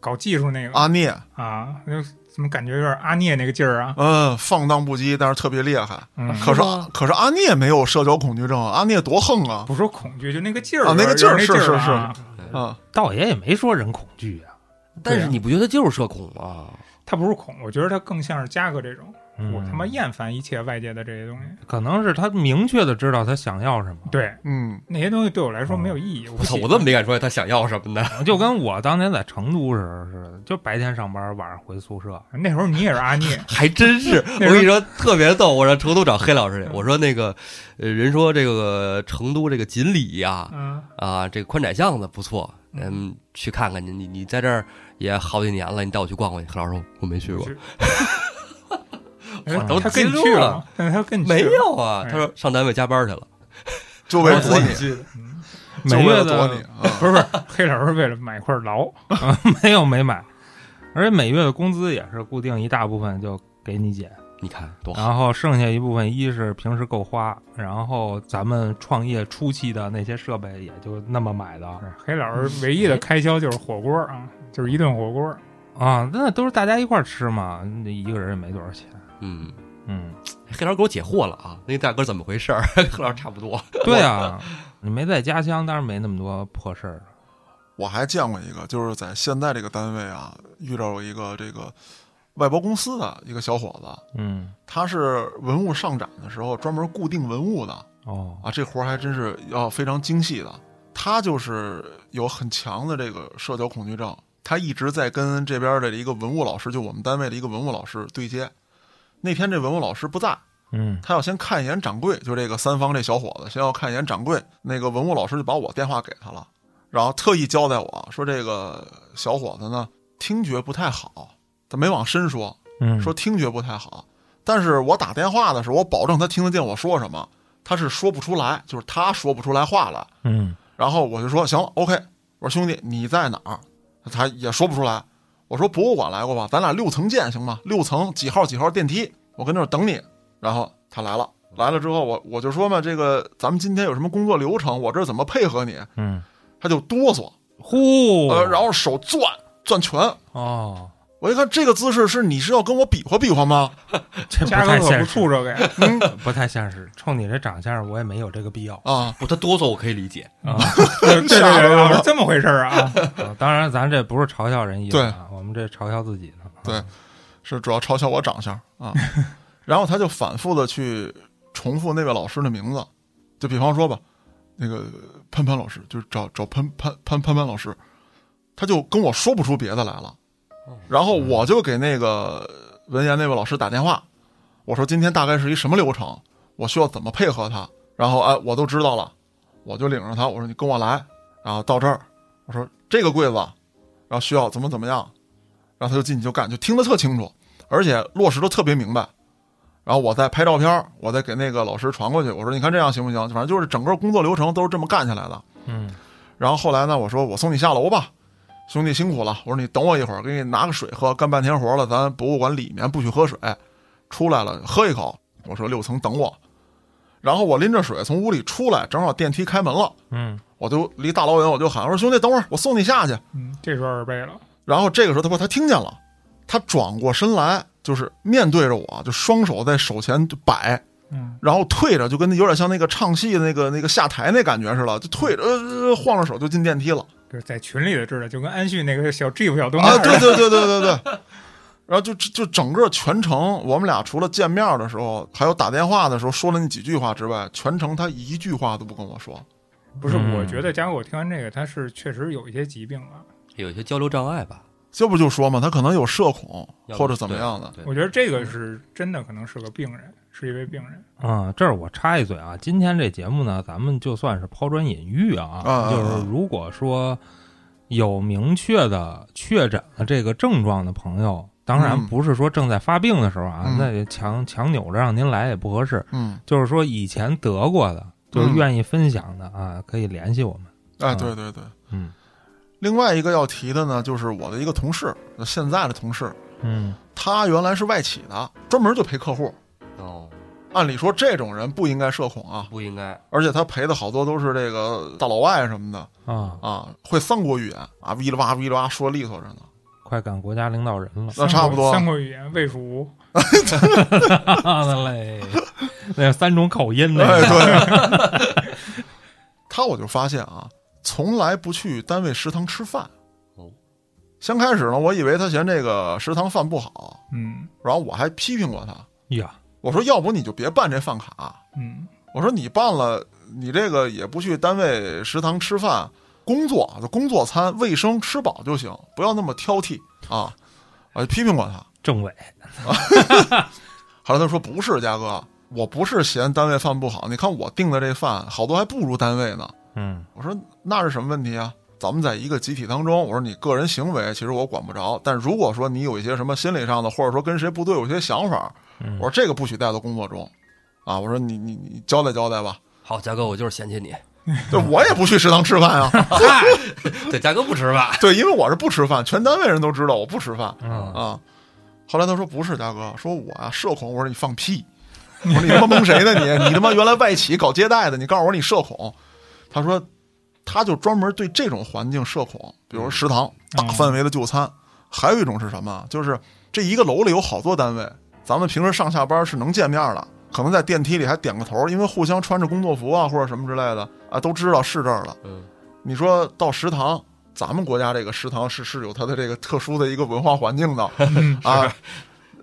S2: 搞技术那个
S4: 阿聂，
S2: 啊，那怎么感觉有点阿聂那个劲儿啊？
S4: 嗯，放荡不羁，但是特别厉害。
S2: 嗯，
S4: 可是
S3: 吗
S4: 可是阿聂没有社交恐惧症啊，阿聂多横啊！
S2: 不说恐惧，就那个劲儿
S4: 啊那个
S2: 劲
S4: 劲儿
S2: 那
S4: 是
S2: 儿
S4: 是
S2: 啊
S4: 啊，
S1: 道爷也没说人恐惧啊，
S3: 但是你不觉得就是社恐吗？
S2: 他不是恐，我觉得他更像是嘉哥这种，
S1: 嗯
S2: 我他妈厌烦一切外界的这些东
S4: 啊
S2: 西。
S1: 可能是他明确的知道他想要 什么，
S2: 对，
S4: 嗯，
S2: 那些东西对我来说没有意义。我
S3: 我
S2: 不
S3: 操，
S2: 喜
S3: 我
S2: 欢
S3: 怎么没敢说他想要什么 呢？，
S1: 就跟我当年在成都时候似的，就白天上班，晚上回宿舍。
S2: 啊那时候你也是阿聂啊
S3: 还真 是，我跟你说特别逗。我让成都找黑老师去，我说那个，呃，人说这个呃成都这个锦里呀、
S2: 嗯，
S3: 啊，这个宽窄巷子不错，嗯，去看看去。你你在这儿也好几年了，你带我去逛逛去。黑老师说我没去过，
S2: 是
S1: 我
S3: 都
S2: 他跟你
S3: 记录
S2: 去
S3: 了
S2: 吗，但他跟你去
S3: 没
S2: 了，
S3: 有啊。
S2: 哎
S3: 他说上单位加班去了，
S4: 就为了
S3: 我
S4: 躲你，
S3: 去的。
S2: 嗯
S1: 每
S4: 就为
S1: 月
S4: 了
S1: 的
S4: 躲你啊！
S2: 不是不是，黑老师为了买块牢，
S1: 没有没买，而且每月的工资也是固定一大部分就给你姐，
S3: 你看多好，
S1: 然后剩下一部分一是平时够花，然后咱们创业初期的那些设备也就那么买的
S2: 啊黑老师唯一的开销就是火锅啊，就是一顿火锅。
S1: 啊，那都是大家一块儿吃嘛，那一个人也没多少钱。
S3: 嗯。
S1: 嗯，
S3: 黑老师给我解惑了啊！那大哥怎么回事儿？ 黑老师差不多，
S1: 对啊，你没在家乡，当然没那么多破事儿了。
S4: 我还见过一个，就是在现在这个单位啊，遇到过一个这个外包公司的一个小伙子，
S1: 嗯，
S4: 他是文物上展的时候专门固定文物的
S1: 哦，
S4: 啊，这活儿还真是要非常精细的。他就是有很强的这个社交恐惧症，他一直在跟这边的一个文物老师，就我们单位的一个文物老师对接。那天这文物老师不在，
S1: 嗯，
S4: 他要先看一眼掌柜，就这个三方这小伙子，先要看一眼掌柜。那个文啊物老师就把我电话给他了，然后特意交代我说，这个小伙子呢，听觉不太好，他没往深说，
S1: 嗯，
S4: 说听觉不太好。但是我打电话的时候，我保证他听得见我说什么，他是说不出来，就是他说不出来话来。
S1: 嗯
S4: 然后我就说行，OK，我说兄弟你在哪儿？他也说不出来。我说博物馆来过吧，咱俩六层见行吗？六层几号几号电梯，我跟那儿等你。然后他来了，来了之后我我就说嘛，这个咱们今天有什么工作流程，我这儿怎么配合你？
S1: 嗯，
S4: 他就哆嗦，
S1: 呼，
S4: 呃，然后手攥攥拳。
S1: 哦，
S4: 我一看这个姿势是你是要跟我比划比划吗？
S1: 这不
S2: 嘉哥
S1: 太
S2: 可
S1: 现
S2: 不
S1: 实，
S2: 怵这个呀。
S1: 不太现实。冲你这长相，我也没有这个必要
S4: 啊，
S3: 不，他哆嗦我可以理解，
S1: 啊。
S2: 对对对对，啊这么回事儿啊。
S1: 啊当然，咱这不是嘲笑人意思啊，我们这嘲笑自己呢。啊
S4: 对是主要嘲笑我长相啊。 然后他就反复的去重复那位老师的名字，就比方说吧，那个潘潘老师，就是找找潘潘潘潘潘老师，他就跟我说不出别的来了。然后我就给那个文言那位老师打电话，我说今天大概是一什么流程，我需要怎么配合他。然后哎，我都知道了，我就领着他，我说你跟我来，然后到这儿，我说这个柜子，啊然后需要怎么怎么样，然后他就进去就干，就听得特清楚，而且落实的特别明白。然后我再拍照片，我再给那个老师传过去，我说你看这样行不行？反正就是整个工作流程都是这么干下来的。
S1: 嗯
S4: 然后后来呢，我说我送你下楼吧，兄弟辛苦了。我说你等我一会儿，给你拿个水喝。干半天活了，咱博物馆里面不许喝水，出来了喝一口。我说六层等我。然后我拎着水从屋里出来，正好电梯开门了，
S1: 嗯
S4: 我就离大老远我就喊我说兄弟等会儿，我送你下去。
S2: 嗯，这时候耳背了，
S4: 然后这个时候他不他听见了，他转过身来，就是面对着我，就双手在手前就摆，
S2: 嗯，
S4: 然后退着，就跟那有点像那个唱戏那个那个下台那感觉似的，就退着、呃、晃着手就进电梯了。
S2: 就是在群里的知道，就跟安旭那个小 Jeep 小动画
S4: 啊，
S2: 似的
S4: 对对对对对对。 然后就就整个全程，我们俩除了见面的时候，还有打电话的时候说了那几句话之外，全程他一句话都不跟我说。
S2: 不是，
S1: 嗯
S2: 我觉得嘉哥，我听完这个，他是确实有一些疾病了。
S3: 有一些交流障碍吧，
S4: 这不就说嘛，他可能有社恐
S3: 要不
S4: 或者怎么样的。
S3: 对，
S2: 我觉得这个是真的，可能是个病人，是一位病人。
S1: 啊，这儿我插一嘴啊，今天这节目呢，咱们就算是抛砖引玉啊，
S4: 啊啊啊
S1: 就是如果说有明确的确诊的这个症状的朋友，当然
S4: 嗯
S1: 不是说正在发病的时候啊，
S4: 嗯
S1: 那也强强扭着让您来也不合适，
S4: 嗯，
S1: 就是说以前得过的，就是
S4: 嗯
S1: 愿意分享的啊，可以联系我们。
S4: 哎，
S1: 嗯
S4: 对对对。
S1: 嗯
S4: 另外一个要提的呢，就是我的一个同事，现在的同事，
S1: 嗯
S4: 他原来是外企的，专门就陪客户。
S3: 哦，
S4: 按理说这种人不应该社恐啊，
S3: 不应该，
S4: 而且他陪的好多都是这个大老外什么的
S1: 啊，
S4: 啊，会三国语言啊，哔哩吧哔哩吧说利索着呢。
S1: 快赶国家领导人了，
S4: 那差不多
S2: 三国语言魏蜀吴，
S1: 那嘞， 那三种口音呢？
S4: 哎，对， 他我就发现啊，从来不去单位食堂吃饭
S3: 哦。
S4: 先开始呢，我以为他嫌这个食堂饭不好，
S2: 嗯
S4: 然后我还批评过他，
S1: 哎呀，
S4: 我说要不你就别办这饭卡，
S2: 嗯，
S4: 我说你办了，你这个也不去单位食堂吃饭，工作啊就工作餐，卫生吃饱就行，不要那么挑剔啊！我就批评过他。
S1: 政委，
S4: 后来他说不是，嘉哥，我不是嫌单位饭不好，你看我订的这饭好多还不如单位呢。
S1: 嗯
S4: 我说那是什么问题啊？咱们在一个集体当中，我说你个人行为其实我管不着，但如果说你有一些什么心理上的，或者说跟谁不对，有些想法，
S1: 嗯
S4: 我说这个不许带到工作中，啊，我说你你你交代交代吧，
S3: 好，嘉哥，我就是嫌弃你，
S4: 对我也不去食堂吃饭啊，
S3: 对，嘉哥不吃饭，
S4: 对，因为我是不吃饭，全单位人都知道我不吃饭
S1: 嗯
S4: 啊。后来他说不是，大哥，说我啊社恐。我说你放屁！我说你他妈蒙谁呢你？你他妈原来外企搞接待的，你告诉我你社恐？他说他就专门对这种环境社恐，比如说食堂
S2: 嗯
S4: 大范围的就餐。还有一种是什么？就是这一个楼里有好多单位，咱们平时上下班是能见面的，可能在电梯里还点个头，因为互相穿着工作服啊或者什么之类的啊，都知道是这儿了。
S3: 嗯，
S4: 你说到食堂，咱们国家这个食堂是是有它的这个特殊的一个文化环境的
S2: 嗯
S4: 啊，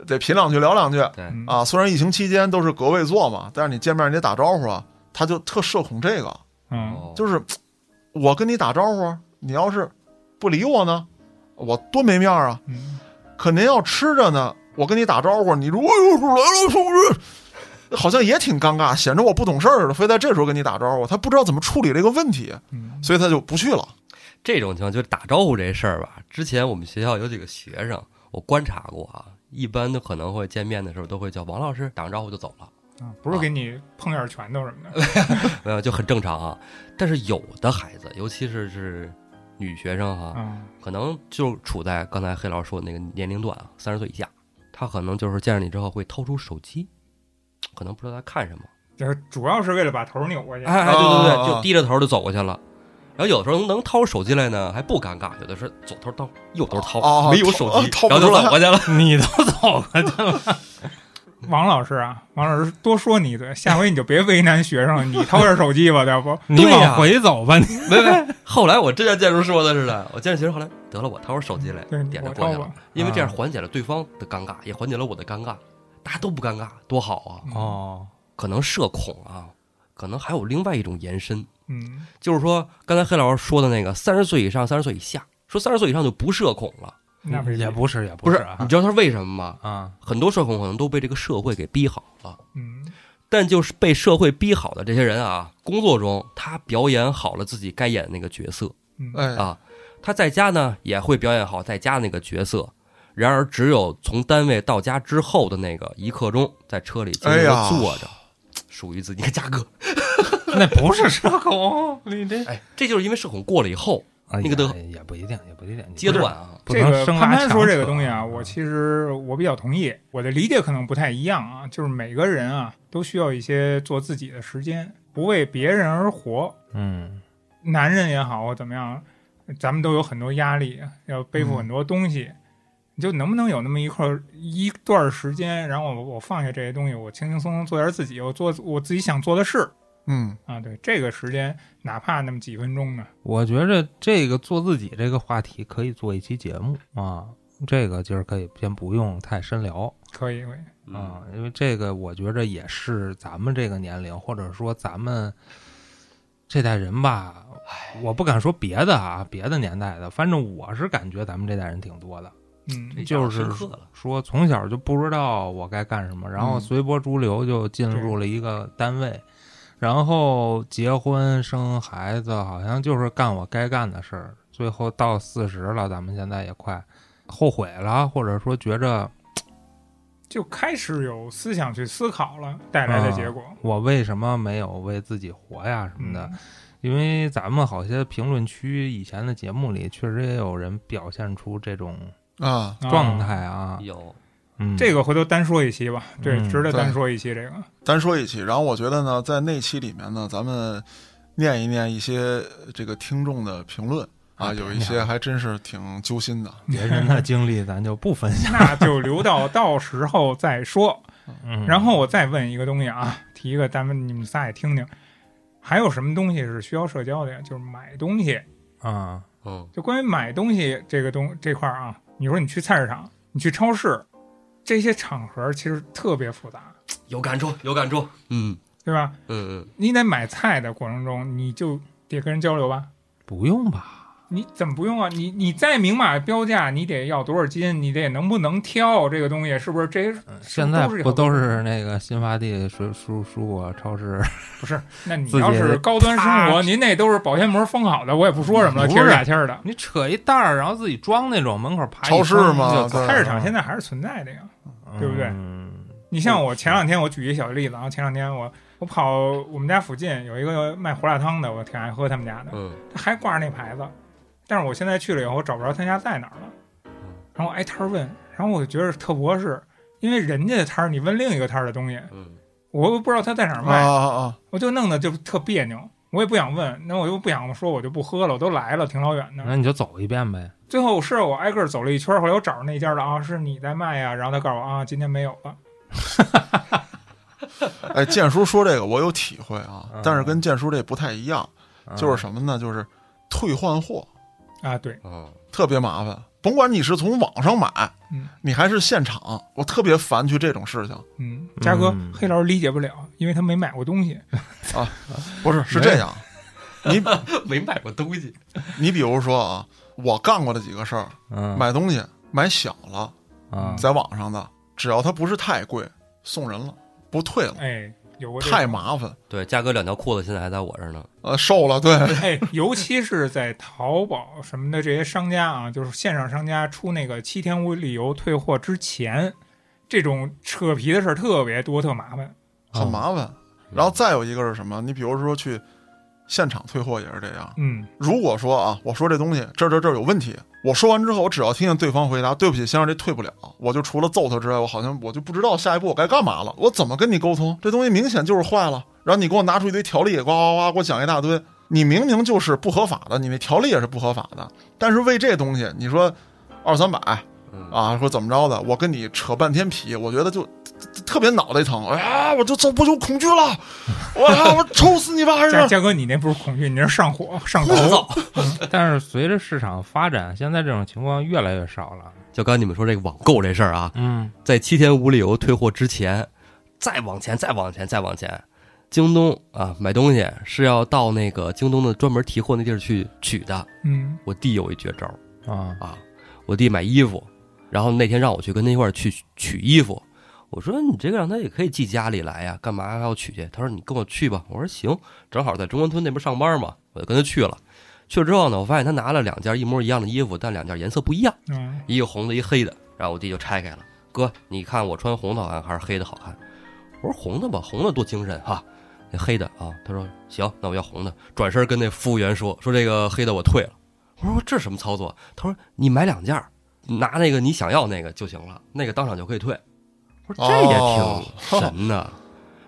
S4: 得贫两句聊两句
S3: 对，
S2: 嗯
S4: 啊。虽然疫情期间都是隔位坐嘛，但是你见面你得打招呼啊。他就特社恐这个，
S2: 嗯，
S3: 哦，
S4: 就是是我跟你打招呼，你要是不理我呢，我多没面儿啊。
S2: 嗯，
S4: 可您要吃着呢，我跟你打招呼，你哎如果又来了，是不是？好像也挺尴尬，显着我不懂事儿似的，非在这时候跟你打招呼，他不知道怎么处理这个问题，
S2: 嗯，
S4: 所以他就不去了。
S3: 这种情况就是打招呼这事儿吧，之前我们学校有几个学生，我观察过啊，一般都可能会见面的时候都会叫王老师打完招呼就走了，
S2: 啊，不是给你碰一下拳头什么的，
S3: 没有就很正常啊。但是有的孩子，尤其是是女学生哈、
S2: 啊，
S3: 可能就处在刚才黑老师说的那个年龄段啊，三十岁以下，他可能就是见着你之后会掏出手机，可能不知道在看什么，
S2: 就是主要是为了把头扭过去。
S3: 哎哎，对对
S4: 啊
S3: 对，就低着头就走过去了。然后有的时候能掏出手机来呢，还不尴尬；有的是左头掏，右头掏，
S4: 哦
S3: 没有手机，
S4: 掏
S3: 然后就走过去了。
S1: 你都走了，
S2: 王老师啊，王老师多说你一顿，下回你就别为难学生了， 你掏下手机吧，要不？
S1: 你
S3: 对呀
S1: 往回走吧，你
S3: 没没，后来我真像建筑说的似的，我建筑其实后来得了，我啊掏出手机来
S2: 对，
S3: 点着
S2: 我
S3: 过
S2: 掏
S3: 去了
S2: 吧，，
S3: 因为这样缓解了对方的尴尬，也缓解了我的尴尬，大家都不尴尬，多好啊！
S1: 哦，
S3: 可能社恐啊，可能还有另外一种延伸，
S2: 嗯，
S3: 就是说刚才黑老师说的那个三十岁以上、三十岁以下，说三十岁以上就不社恐了，
S2: 那必须
S1: 嗯也，不是也
S3: 不
S1: 是
S3: 是？
S1: 啊
S3: 你知道他为什么吗？
S1: 啊，
S3: 很多社恐可能都被这个社会给逼好了。
S2: 嗯，
S3: 但就是被社会逼好的这些人啊，工作中他表演好了自己该演的那个角色
S2: 嗯
S1: 呃
S4: 哎，
S3: 啊，他在家呢也会表演好在家那个角色。然而，只有从单位到家之后的那个一刻钟，在车里静静
S4: 哎
S3: 地
S4: 呀
S3: 坐着，属于自己。你看嘉哥，
S1: 那不是社恐，你这
S3: 哎，这就是因为社恐过了以后
S1: 那
S3: 那个德
S1: 哎也不一定，也不一定
S3: 阶段啊，
S1: 不
S2: 这
S1: 能
S2: 个
S1: 生
S2: 潘
S1: 拉
S2: 潘说
S1: 强
S2: 这个
S1: 扯
S2: 东西啊，我其实我比较同意，我的理解可能不太一样啊，就是每个人啊都需要一些做自己的时间，不为别人而活。
S1: 嗯
S2: 男人也好，或怎么样，咱们都有很多压力，要背负很多东西，你就能不能有那么一块儿一段儿时间，然后我我放下这些东西，我轻轻松松做点自己，我做我自己想做的事
S4: 嗯，
S2: 啊。对，这个时间哪怕那么几分钟呢，
S1: 我觉着这个做自己这个话题可以做一期节目啊，这个今儿可以先不用太深聊
S2: 可以可以，
S3: 嗯
S1: 啊，因为这个我觉着也是咱们这个年龄，或者说咱们这代人吧，我不敢说别的啊，别的年代的，反正我是感觉咱们这代人挺多的，
S2: 嗯
S3: 这
S1: 就是
S3: 深刻了。
S1: 说从小就不知道我该干什么，然后
S4: 嗯
S1: 随波逐流就进入了一个单位，然后结婚生孩子，好像就是干我该干的事儿。最后到四十了，咱们现在也快后悔了，或者说觉着
S2: 就开始有思想去思考了，带来的结果。
S1: 我为什么没有为自己活呀什么的。
S2: 嗯
S1: 因为咱们好些评论区以前的节目里，确实也有人表现出这种
S4: 啊，
S1: 状
S2: 啊
S1: 态啊。
S3: 有
S1: 嗯，
S2: 这个回头单说一期吧，对，
S1: 嗯
S2: 值得单
S4: 对
S2: 说一期这个。
S4: 单说一期，然后我觉得呢，在那期里面呢，咱们念一念一些这个听众的评论啊，
S1: 啊
S4: 有一
S1: 别
S4: 些
S1: 念
S4: 还真是挺揪心的。
S1: 别人的经历咱就不分享。
S2: 那就留到到时候再说。
S1: 嗯
S2: 然后我再问一个东西啊，提一个，咱们你们仨也听听，还有什么东西是需要社交的呀？就是买东西，
S1: 啊，
S3: 嗯，
S2: 就关于买东西这个东这块儿啊，你说你去菜市场，你去超市，这些场合其实特别复杂，
S3: 有感触，有感触。嗯
S2: 对吧？
S3: 嗯
S2: 你得买菜的过程中，你就得跟人交流吧。
S1: 不用吧？
S2: 你怎么不用啊？你你再明码标价，你得要多少斤？你得能不能挑这个东西？是不是这些？
S1: 嗯现在
S2: 是
S1: 不都是那个新发地水蔬蔬果超市？
S2: 不是，那你
S1: 自己啊
S2: 要是高端生活，您那都是保鲜膜封好的，我也不说什么了，
S1: 不
S2: 贴
S1: 是
S2: 着俩签儿的。
S1: 你扯一袋儿，然后自己装那种门口爬
S4: 超市嘛哦对
S2: 菜市场现在还是存在的呀。对不对
S1: 嗯
S2: 你像我前两天，我举一小例子啊，前两天我我跑我们家附近有一个卖胡辣汤的，我挺爱喝他们家的，
S3: 嗯
S2: 他还挂着那牌子，但是我现在去了以后，我找不着他家在哪儿
S4: 嗯
S2: 了，然后我挨摊儿问，然后我就觉得特不合适，因为人家的摊儿你问另一个摊儿的东西，
S3: 嗯
S2: 我又不知道他在哪儿
S4: 啊
S2: 卖，
S4: 啊啊！
S2: 我就弄得就特别扭，我也不想问，那我又不想说，我就不喝了，我都来了，挺老远的。
S4: 嗯
S1: 那你就走一遍呗。
S2: 最后是我挨个儿走了一圈儿，后来我找着那家了啊，是你在卖呀、然后他告诉我啊，今天没有了。
S4: 哎，建叔说这个我有体会啊
S1: 嗯，
S4: 但是跟建叔这不太一样，
S1: 嗯
S4: 就是什么呢？就是退换货
S2: 啊，对，
S3: 嗯
S4: 特别麻烦，甭管你是从网上买
S2: 嗯，
S4: 你还是现场，我特别烦去这种事情。
S2: 嗯，嘉哥，
S1: 嗯
S2: 黑老师理解不了，因为他没买过东西。
S4: 不是，是这样，你
S3: 嗯，没买过东西。
S4: 你比如说啊，我干过的几个事儿，
S1: 嗯
S4: 买东西买小了，
S1: 啊
S4: 在网上的，只要它不是太贵，送人了，不退了。
S2: 哎，有过这
S4: 太
S2: 种
S4: 麻烦。
S3: 对，嘉哥两条裤子现在还在我这儿呢。
S4: 呃，瘦了，对，
S2: 哎，尤其是在淘宝什么的这些商家啊，就是线上商家出那个七天无理由退货之前，这种扯皮的事儿特别多，特麻烦。
S4: 很麻烦。然后再有一个是什么？你比如说去现场退货也是这样。
S2: 嗯，
S4: 如果说啊，我说这东西这儿这儿这儿有问题，我说完之后，我只要听见对方回答“对不起，先生，这退不了”，我就除了揍他之外，我好像我就不知道下一步我该干嘛了。我怎么跟你沟通？这东西明显就是坏了，然后你给我拿出一堆条例，呱呱呱给我讲一大堆。你明明就是不合法的，你那条例也是不合法的，但是为这东西，你说二三百
S3: 嗯，
S4: 啊，说怎么着的，我跟你扯半天皮，我觉得就特特别脑袋疼，哎呀，我就走不有恐惧了，我呀，我抽死你吧，还
S2: 嘉
S4: 是
S2: 嘉哥，你那不是恐惧，你那是上火上头。
S1: 但是随着市场发展，现在这种情况越来越少了。
S3: 就刚才你们说这个网购这事儿啊，
S1: 嗯，
S3: 在七天无理由退货之前，再往前，再往前，再往前，京东啊买东西是要到那个京东的专门提货那地儿去取的。
S2: 嗯，
S3: 我弟有一绝招儿
S1: 啊，
S3: 啊，我弟买衣服，然后那天让我去跟他一块儿去取衣服。我说你这个让他也可以寄家里来呀，干嘛还要取去？他说你跟我去吧。我说行，正好在中关村那边上班嘛，我就跟他去了。去了之后呢，我发现他拿了两件一模一样的衣服，但两件颜色不一样。
S2: 嗯，
S3: 一个红的，一个黑的。然后我弟就拆开了，哥，你看我穿红的好看还是黑的好看？我说红的吧，红的多精神哈。那黑的啊，他说行，那我要红的。转身跟那服务员说说这个黑的我退了。我说这是什么操作？他说你买两件儿，拿那个你想要那个就行了，那个当场就可以退。我说这
S4: 哦
S3: 也挺神的。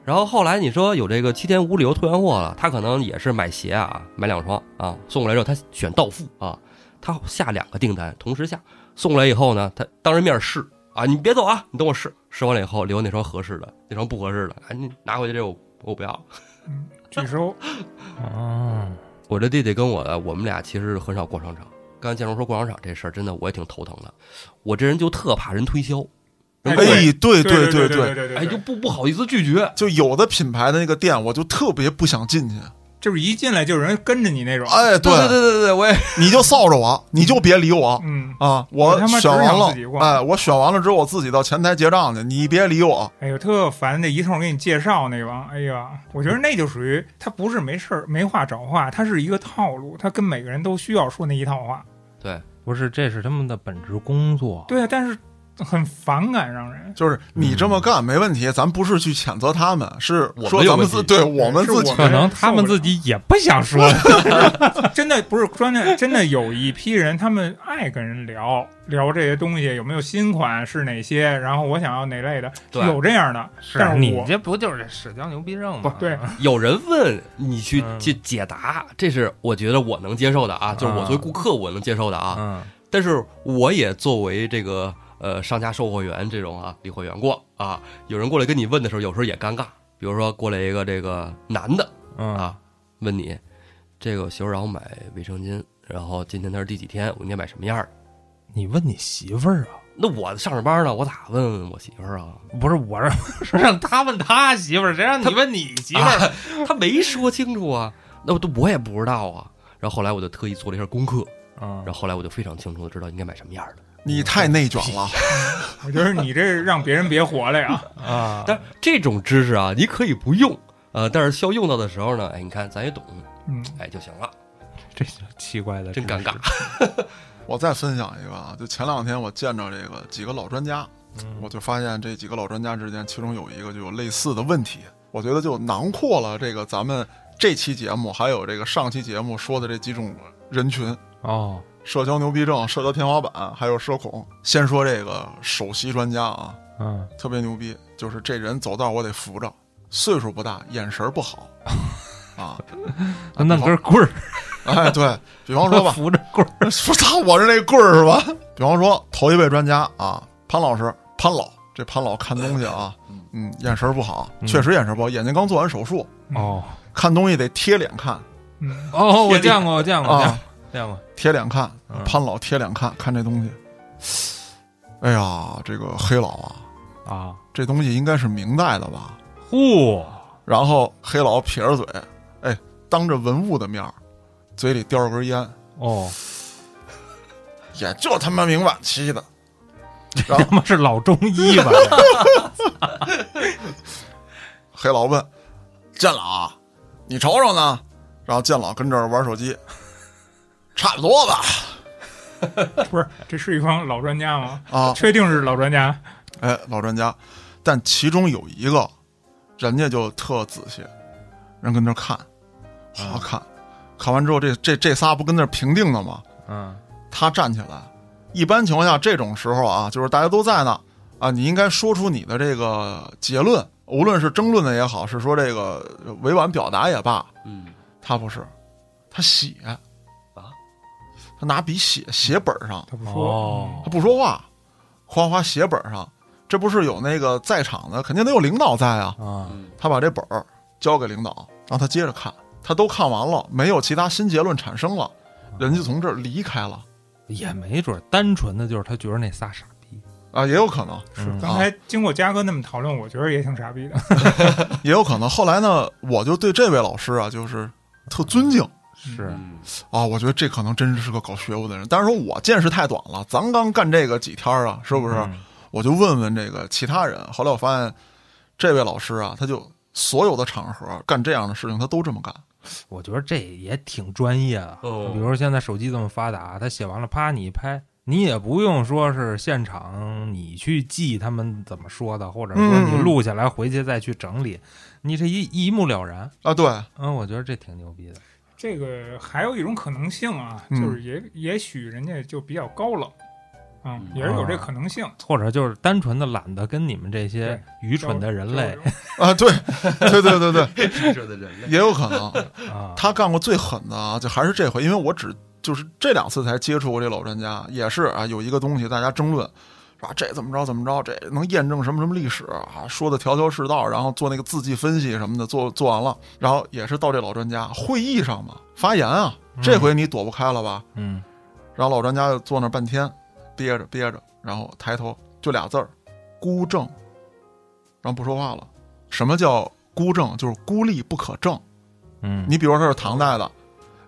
S3: 然后后来你说有这个七天无理由退换货了，他可能也是买鞋啊，买两双啊，送过来之后他选到付啊，他下两个订单同时下，啊送过来以后呢，他当着面试啊，你别走啊，你等我试，试完了以后留那双合适的，那双不合适的，哎，你拿回去这我我不要。
S2: 拒收。
S1: 哦，
S3: 我这弟弟跟我我们俩其实很少逛商场。刚才建荣说逛商场这事儿，真的我也挺头疼的。我这人就特怕人推销，
S2: 哎
S4: 哎，
S2: 对
S4: 对对
S2: 对，对对，
S3: 哎，就不不好意思拒绝。
S4: 就有的品牌的那个店，我就特别不想进去。
S2: 就是一进来就有人跟着你那种。
S4: 哎，
S3: 对对对对，我也
S4: 你就臊着我，你就别理我
S2: 嗯，
S4: 啊！
S2: 我他妈
S4: 选完
S2: 只想
S4: 了
S2: 自己，逛
S4: 哎，我选完了之后，我自己到前台结账去，你别理我。
S2: 哎呦，特烦那一通给你介绍那帮，哎呀，我觉得那就属于他不是没事儿没话找话，他是一个套路，他跟每个人都需要说那一套话。
S3: 对，
S1: 不是，这是他们的本职工作。
S2: 对啊，但是很反感，让人
S4: 就是你这么干没问题，咱不是去谴责他们，是
S3: 嗯我们
S4: 说
S3: 有
S4: 咱们
S3: 问
S4: 自
S3: 题
S4: 对我们
S2: 是
S4: 自己
S2: 我
S1: 可能他们自己也不想 说，
S2: 真的不是专的，真的有一批人，他们爱跟人聊聊这些东西，有没有新款是哪些，然后我想要哪类的，
S3: 对
S2: 有这样的，但是
S1: 你
S2: 我
S1: 这不就是社交牛逼症
S2: 不
S1: 吗？
S2: 对，
S3: 有人问你去
S1: 嗯
S3: 去解答，这是我觉得我能接受的啊，就是我作为顾客我能接受的啊。
S1: 嗯，
S3: 但是我也作为这个呃商家售货员这种啊理货员过啊，有人过来跟你问的时候，有时候也尴尬。比如说过来一个这个男的
S1: 嗯
S3: 啊，问你这个媳妇儿让我买卫生巾，然后今天她是第几天，我应该买什么样儿的？
S1: 你问你媳妇儿啊？
S3: 那我上着班呢，我咋问我媳妇儿啊？
S1: 不是我让是 让他问他媳妇儿，谁让你问你媳妇儿？
S3: 啊，她没说清楚啊，那我都我也不知道啊。然后后来我就特意做了一下功课，
S1: 嗯
S3: 然后后来我就非常清楚的知道应该买什么样儿的。
S4: 你太内卷了。
S2: 我觉得你这让别人别活了呀。
S1: 啊，
S3: 但这种知识啊，你可以不用，呃，但是需要用到的时候呢，哎，你看咱也懂，
S2: 嗯，
S3: 哎就行了。
S1: 这就奇怪的，
S3: 真尴尬。
S4: 我再分享一个啊，就前两天我见着这个几个老专家，我就发现这几个老专家之间，其中有一个就有类似的问题，我觉得就囊括了这个咱们这期节目还有这个上期节目说的这几种人群：
S1: 哦，
S4: 社交牛逼症、社交天花板，还有社恐。先说这个首席专家啊，
S1: 嗯，
S4: 特别牛逼，就是这人走道我得扶着，岁数不大，眼神不好 啊，
S1: 弄根棍儿，
S4: 哎，对比方说吧，
S1: 扶着棍儿，
S4: 说操，我是那棍儿是吧？比方说头一位专家啊，潘老师，潘老，这潘老看东西啊，嗯，眼神不好，确实眼神不好，眼睛刚做完手术，
S1: 哦
S4: 看东西得贴脸看
S2: 嗯，
S1: 哦，我见过，我见过，
S4: 啊，
S1: 见过，
S4: 贴脸看
S1: 嗯，
S4: 潘老贴脸看看这东西，哎呀，这个黑老啊，
S1: 啊，
S4: 这东西应该是明代的吧？
S1: 嚯，
S4: 然后黑老撇着嘴，哎，当着文物的面儿，嘴里叼着根烟，
S1: 哦，
S4: 也就他妈明晚期的，然后
S1: 他妈是老中医吧？
S4: 黑老问：“建老啊，你瞅瞅呢。”然后建老跟这儿玩手机，差不多吧。
S2: 不是，这是一帮老专家吗？
S4: 啊，
S2: 确定是老专家？
S4: 哎，老专家，但其中有一个，人家就特仔细，人跟那儿看，好看，看完之后，这这这仨不跟那儿评定呢吗？
S1: 嗯，
S4: 他站起来，一般情况下这种时候啊，就是大家都在呢，啊，你应该说出你的这个结论，无论是争论的也好，是说这个呃委婉表达也罢，
S3: 嗯，
S4: 他不是，他写
S3: 啊，
S4: 他拿笔写写本儿上，
S2: 他不说，
S1: 哦
S4: 他，不说话，哗哗写本儿上，这不是有那个在场的，肯定得有领导在啊，
S1: 啊，
S3: 嗯
S4: 他把这本儿交给领导，让他接着看，他都看完了，没有其他新结论产生了，人家从这儿离开了
S1: 也没准儿单纯的就是他觉得那仨傻逼，
S4: 啊，也有可能。
S1: 是嗯
S2: 刚才经过嘉哥那么讨论，我觉得也挺傻逼的。
S4: 也有可能。后来呢，我就对这位老师啊，就是特尊敬
S1: 是
S3: 嗯
S4: 啊，我觉得这可能真是个搞学问的人。但是说我见识太短了，咱刚干这个几天啊，是不是？
S1: 嗯
S4: 我就问问这个其他人。后来我发现，这位老师啊，他就所有的场合干这样的事情，他都这么干。
S1: 我觉得这也挺专业的。
S3: 哦
S1: 比如说现在手机这么发达，他写完了，啪你一拍，你也不用说是现场你去记他们怎么说的，或者说
S4: 嗯
S1: 你录下来回去再去整理，你这一一目了然。
S4: 啊，对，
S1: 嗯，我觉得这挺牛逼的。
S2: 这个还有一种可能性啊，
S4: 嗯
S2: 就是也也许人家就比较高冷，啊，
S3: 嗯
S2: 也是有这可能性。
S1: 或者就是单纯的懒得跟你们这些愚蠢的人类
S2: 就是
S4: 啊，对，对对对对，
S3: 说的人类，
S4: 也有可能。
S1: 啊，
S4: 他干过最狠的啊，就还是这回，因为我只就是这两次才接触过这老专家，也是啊，有一个东西大家争论，说、啊、这怎么着怎么着，这能验证什么什么历史啊，说的条条是道，然后做那个字迹分析什么的，做做完了，然后也是到这老专家会议上嘛发言啊，这回你躲不开了吧？
S1: 嗯
S4: 然后老专家就坐那儿半天，憋着憋着，然后抬头就俩字儿，孤证，然后不说话了。什么叫孤证？就是孤立不可证。
S1: 嗯，
S4: 你比如说他是唐代的，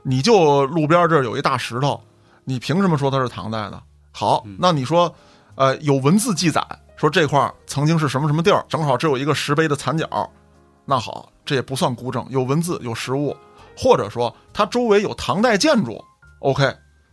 S4: 你就路边这儿有一大石头，你凭什么说它是唐代的？好
S3: 嗯，
S4: 那你说，呃，有文字记载说这块儿曾经是什么什么地儿，正好只有一个石碑的残角，那好，这也不算孤证，有文字有实物，或者说它周围有唐代建筑，OK。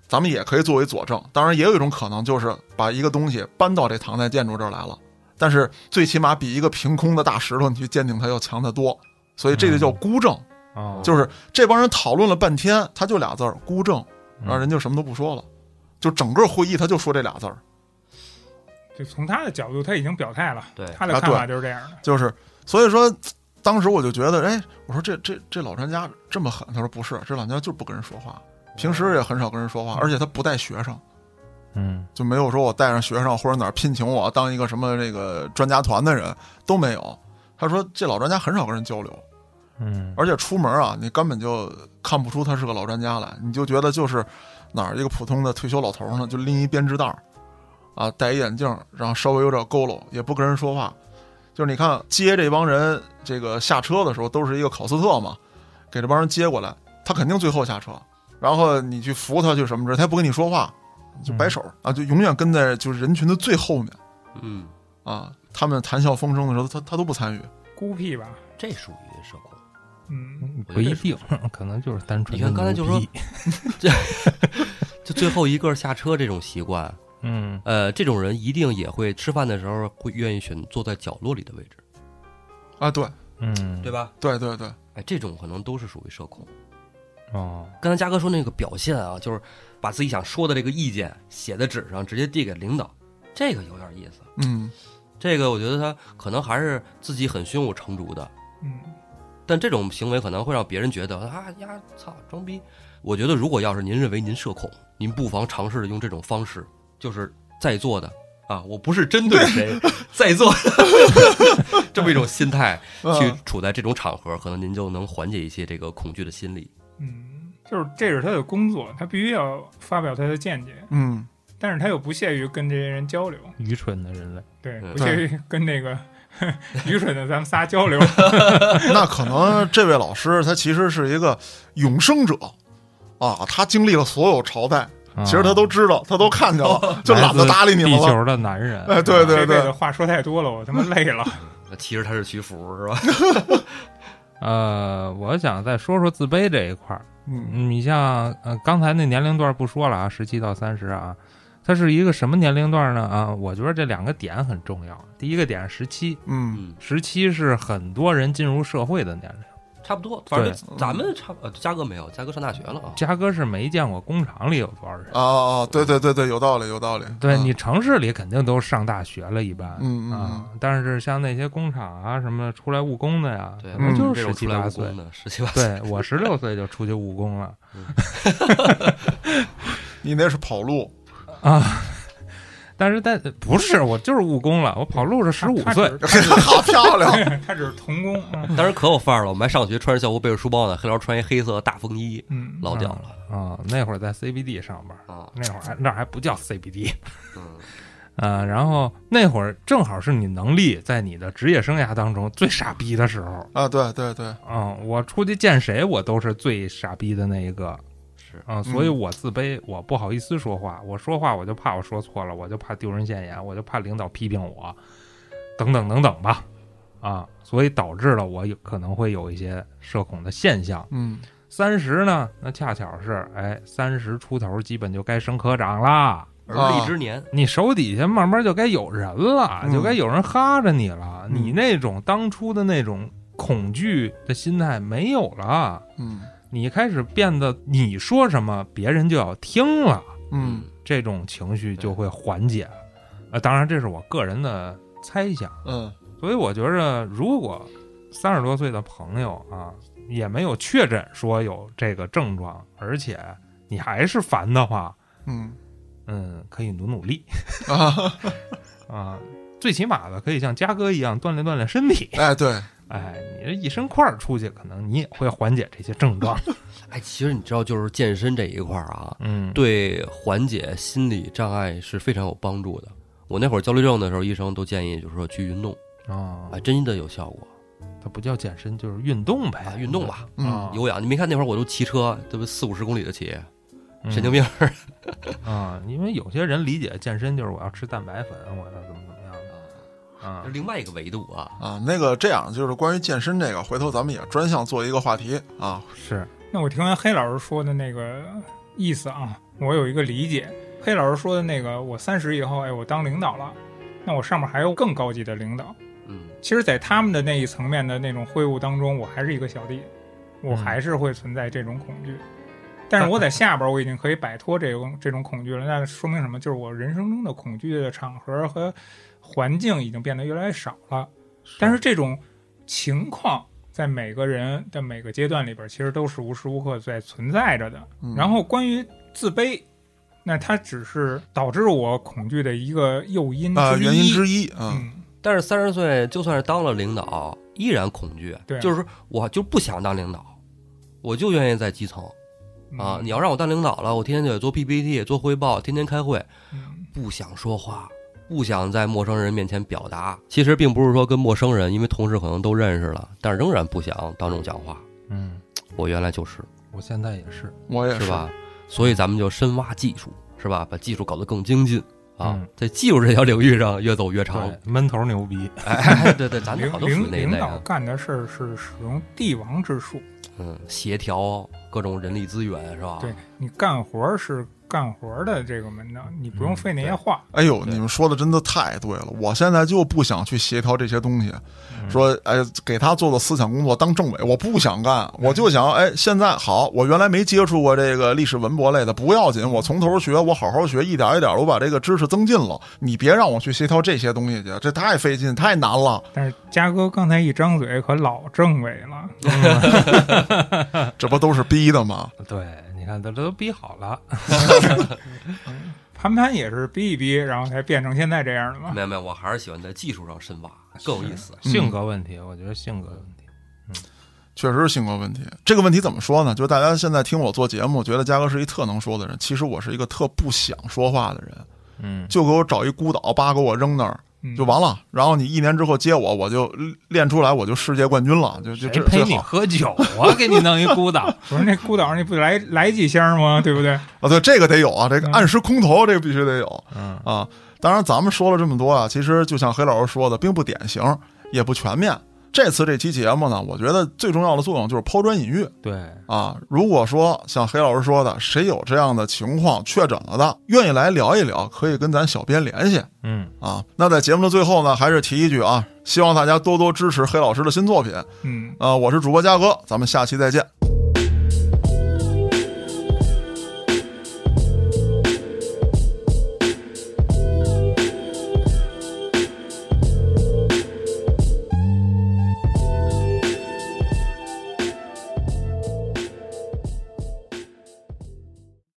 S4: 咱们也可以作为佐证，当然也有一种可能，就是把一个东西搬到这唐代建筑这儿来了，但是最起码比一个凭空的大石头你去鉴定它要强得多，所以这就叫孤证。
S1: 哦
S4: 就是这帮人讨论了半天，他就俩字儿孤证，
S1: 嗯
S4: 然后人就什么都不说了，就整个会议他就说这俩字儿，
S2: 就从他的角度，他已经表态了，
S3: 对
S2: 他的
S4: 啊
S2: 看
S4: 对
S2: 法就是这样的。
S4: 就是所以说，当时我就觉得，哎，我说这这这老专家这么狠，他说不是，这老专家就不跟人说话，平时也很少跟人说话，而且他不带学生，
S1: 嗯
S4: 就没有说我带上学生或者哪儿聘请我当一个什么这个专家团的人都没有。他说这老专家很少跟人交流，
S1: 嗯，
S4: 而且出门啊，你根本就看不出他是个老专家来，你就觉得就是哪儿一个普通的退休老头儿呢，就拎一编织袋儿，啊，戴一眼镜儿，然后稍微有点佝偻，也不跟人说话。就是你看接这帮人这个下车的时候，都是一个考斯特嘛，给这帮人接过来，他肯定最后下车，然后你去扶他去什么之类，他也不跟你说话，就摆手儿、啊，就永远跟在啊就是人群的最后面
S3: 嗯，
S4: 啊。他们谈笑风生的时候，他他都不参与。
S2: 孤僻吧，
S3: 这属于社恐。
S2: 嗯，
S1: 不一定，可能就是单纯的
S3: 你看刚才就
S1: 牛
S3: 说
S1: 逼，
S3: 就最后一个下车这种习惯，
S1: 嗯
S3: 呃，这种人一定也会吃饭的时候会愿意选坐在角落里的位置，
S4: 啊，对
S1: 嗯，
S3: 对
S1: 吧？
S3: 吧？
S4: 对对对，
S3: 哎，这种可能都是属于社恐。
S1: 哦，
S3: 刚才嘉哥说那个表现啊，就是把自己想说的这个意见写在纸上，直接递给领导，这个有点意思。
S4: 嗯。
S3: 这个我觉得他可能还是自己很胸有成竹的，
S2: 嗯，
S3: 但这种行为可能会让别人觉得啊呀，操，装逼。我觉得如果要是您认为您社恐，您不妨尝试着用这种方式，就是在座的啊，我不是针对谁， 在座的这么一种心态去
S4: 嗯
S3: 处在这种场合，可能您就能缓解一些这个恐惧的心理。
S2: 嗯，就是这是他的工作，他必须要发表他的见解，
S4: 嗯
S2: 但是他又不屑于跟这些人交流，
S1: 愚蠢的人类，
S2: 对，
S3: 嗯
S2: 不屑于跟那个愚蠢的咱们仨交流。
S4: 那可能这位老师他其实是一个永生者啊，他经历了所有朝代，
S1: 啊哦
S4: 其实他都知道，他都看见了，就
S1: 来
S4: 懒得
S1: 自
S4: 搭理你们
S1: 地
S4: 了。
S1: 球的男人，
S4: 哎，对对
S2: 这辈子
S4: 对，
S2: 话说太多了，我他妈累了。
S3: 其实他是徐福是吧？
S1: 呃，我想再说说自卑这一块儿。
S4: 嗯
S1: 你像呃刚才那年龄段不说了啊，十七到三十啊，它是一个什么年龄段呢？啊，我觉得这两个点很重要。第一个点是十七，
S4: 嗯，
S3: 嗯，
S1: 十七是很多人进入社会的年龄。
S3: 差不多，反正
S4: 对
S3: 咱们差不呃，嘉哥没有，嘉哥上大学了啊。
S1: 嘉哥是没见过工厂里有多少人，
S4: 哦哦，对对对对，有道理有道理。
S1: 对
S4: 嗯
S1: 你城市里肯定都上大学了，一般。
S4: 嗯嗯
S1: 啊
S4: 嗯，
S1: 但是像那些工厂啊什么出来务工的呀，
S3: 对，
S1: 可
S4: 嗯
S1: 能就
S3: 这
S1: 是十
S3: 种出
S1: 七
S3: 来
S1: 八
S3: 务
S1: 岁
S3: 工。的，十七八岁。
S1: 对我十六岁就出去务工了，
S4: 你那是跑路，
S1: 但是但不是我就是务工了，我跑路是十五
S2: 他
S1: 岁，
S2: 他只
S4: 好漂亮。
S2: 是 他只是童工，嗯
S3: 当时可有范儿了，我们还上学穿着校服背着书包呢，黑老师穿一黑色大风衣，
S2: 嗯，
S3: 老屌了
S1: 啊、那会儿在 CBD 上班，
S3: 啊。
S1: 那会儿还那还不叫 CBD，
S3: 嗯，
S1: 呃，然后那会儿正好是你能力在你的职业生涯当中最傻逼的时候，
S4: 啊，对对对，
S1: 嗯、我出去见谁我都是最傻逼的那一个，
S3: 是
S2: 嗯
S1: 啊、所以我自卑，我不好意思说话，我说话我就怕我说错了，我就怕丢人现眼，我就怕领导批评我，等等等等吧，啊，所以导致了我有可能会有一些社恐的现象。
S4: 嗯
S1: 三十呢，那恰巧是，哎，三十出头基本就该升科长啦，
S3: 而立之年，
S1: 你手底下慢慢就该有人了，
S4: 嗯
S1: 就该有人哈着你了，
S4: 嗯
S1: 你那种当初的那种恐惧的心态没有了，
S4: 嗯
S1: 你开始变得你说什么别人就要听了，
S4: 嗯，
S1: 这种情绪就会缓解。呃，当然这是我个人的猜想，
S4: 嗯
S1: 所以我觉着如果三十多岁的朋友啊，也没有确诊说有这个症状，而且你还是烦的话，
S4: 嗯
S1: 嗯，可以努努力
S4: 啊，
S1: 啊。最起码的，可以像嘉哥一样锻炼锻炼身体。
S4: 哎对，
S1: 哎，你这一身块儿出去，可能你也会缓解这些症 状。
S3: 哎，其实你知道，就是健身这一块儿啊，
S1: 嗯，
S3: 对缓解心理障碍是非常有帮助的。我那会儿焦虑症的时候，医生都建议就是说去运动，
S1: 啊
S3: 啊，，真的有效果
S1: 它不叫健身，就是运动呗，
S3: 啊，运动吧，
S4: 嗯
S1: 啊，
S3: 有氧。你没看那会儿我都骑车，这不四五十公里的骑，
S1: 嗯
S3: 神经病。
S1: 啊，因为有些人理解健身就是我要吃蛋白粉，我要怎么怎么样的啊
S3: 这是。另外一个维度啊，
S4: 啊，那个这样就是关于健身这个，回头咱们也专项做一个话题啊。
S1: 是，
S2: 那我听完黑老师说的那个意思啊，我有一个理解。黑老师说的那个，我三十以后，哎，我当领导了，那我上面还有更高级的领导。
S3: 嗯，
S2: 其实，在他们的那一层面的那种会晤当中，我还是一个小弟，我
S1: 嗯
S2: 还是会存在这种恐惧。但是我 在下边，我已经可以摆脱这种这种恐惧了。那说明什么？就是我人生中的恐惧的场合和环境已经变得越来越少了。但是这种情况在每个人的每个阶段里边，其实都是无时无刻在存在着的。
S4: 嗯
S2: 然后关于自卑，那它只是导致我恐惧的一个诱因
S4: 啊，原因
S2: 一。
S4: 之一啊，
S2: 嗯，
S3: 但是三十岁就算是当了领导，依然恐惧，
S2: 对啊
S3: 就是说我就不想当领导，我就愿意在基层啊。
S2: 嗯
S3: 你要让我当领导了，我天天就得做 PPT、做汇报，天天开会，
S2: 嗯
S3: 不想说话，不想在陌生人面前表达。其实并不是说跟陌生人，因为同事可能都认识了，但是仍然不想当众讲话。
S1: 嗯，
S3: 我原来就是，
S1: 我现在也是，
S4: 我也
S3: 是吧？所以咱们就深挖技术，是吧？把技术搞得更精进啊，
S1: 嗯
S3: 在技术这条领域上越走越长
S1: 对。，闷头牛逼，
S3: 哎，对对，咱俩
S2: 领
S3: 都属于
S2: 领
S3: 那一
S2: 领
S3: 类啊
S2: 导
S3: 的。
S2: 干的事儿是使用帝王之术，
S3: 嗯，协调各种人力资源，是吧？
S2: 对你干活儿是干活儿的这个门道，你
S3: 嗯
S2: 不用费那些话。
S4: 哎呦，你们说的真的太对了！我现在就不想去协调这些东西，说哎，给他做做思想工作，当政委，我不想干，我就想哎，现在好，我原来没接触过这个历史文博类的，不要紧，我从头学，我好好学，一点一点，我把这个知识增进了。你别让我去协调这些东西去，这太费劲，太难了，
S2: 但是嘉哥刚才一张嘴可老正委了，
S4: 这不都是逼的吗？
S1: 对，你看这这都逼好了，
S2: 潘潘也是逼一逼，然后才变成现在这样的嘛
S3: 没。有没有，我还是喜欢在技术上深挖，更有意思。
S1: 性格问题，我觉得性格问题，
S4: 确实是性格问题。这个问题怎么说呢？就是大家现在听我做节目，觉得嘉哥是一特能说的人，其实我是一个特不想说话的人，
S1: 嗯，
S4: 就给我找一孤岛，叭给我扔那儿。
S2: 嗯
S4: 就完了。然后你一年之后接我，我就练出来，我就世界冠军了，就就
S1: 谁
S4: 这
S1: 哎陪
S4: 最
S1: 你
S4: 好
S1: 喝酒啊？给你弄一孤 岛，
S2: 我说那孤岛上你不来来几箱吗？对不对？
S4: 啊！对，这个得有啊，这个
S2: 嗯
S4: 按时空投，这个必须得有
S1: 嗯
S4: 啊。当然，咱们说了这么多啊，其实就像黑老师说的，并不典型，也不全面。这次这期节目呢，我觉得最重要的作用就是抛砖引玉
S1: 对，
S4: 啊。如果说像黑老师说的，谁有这样的情况确诊了的，愿意来聊一聊，可以跟咱小编联系
S1: 嗯，
S4: 啊。那在节目的最后呢，还是提一句啊，希望大家多多支持黑老师的新作品。
S2: 嗯，
S4: 呃，我是主播嘉哥，咱们下期再见。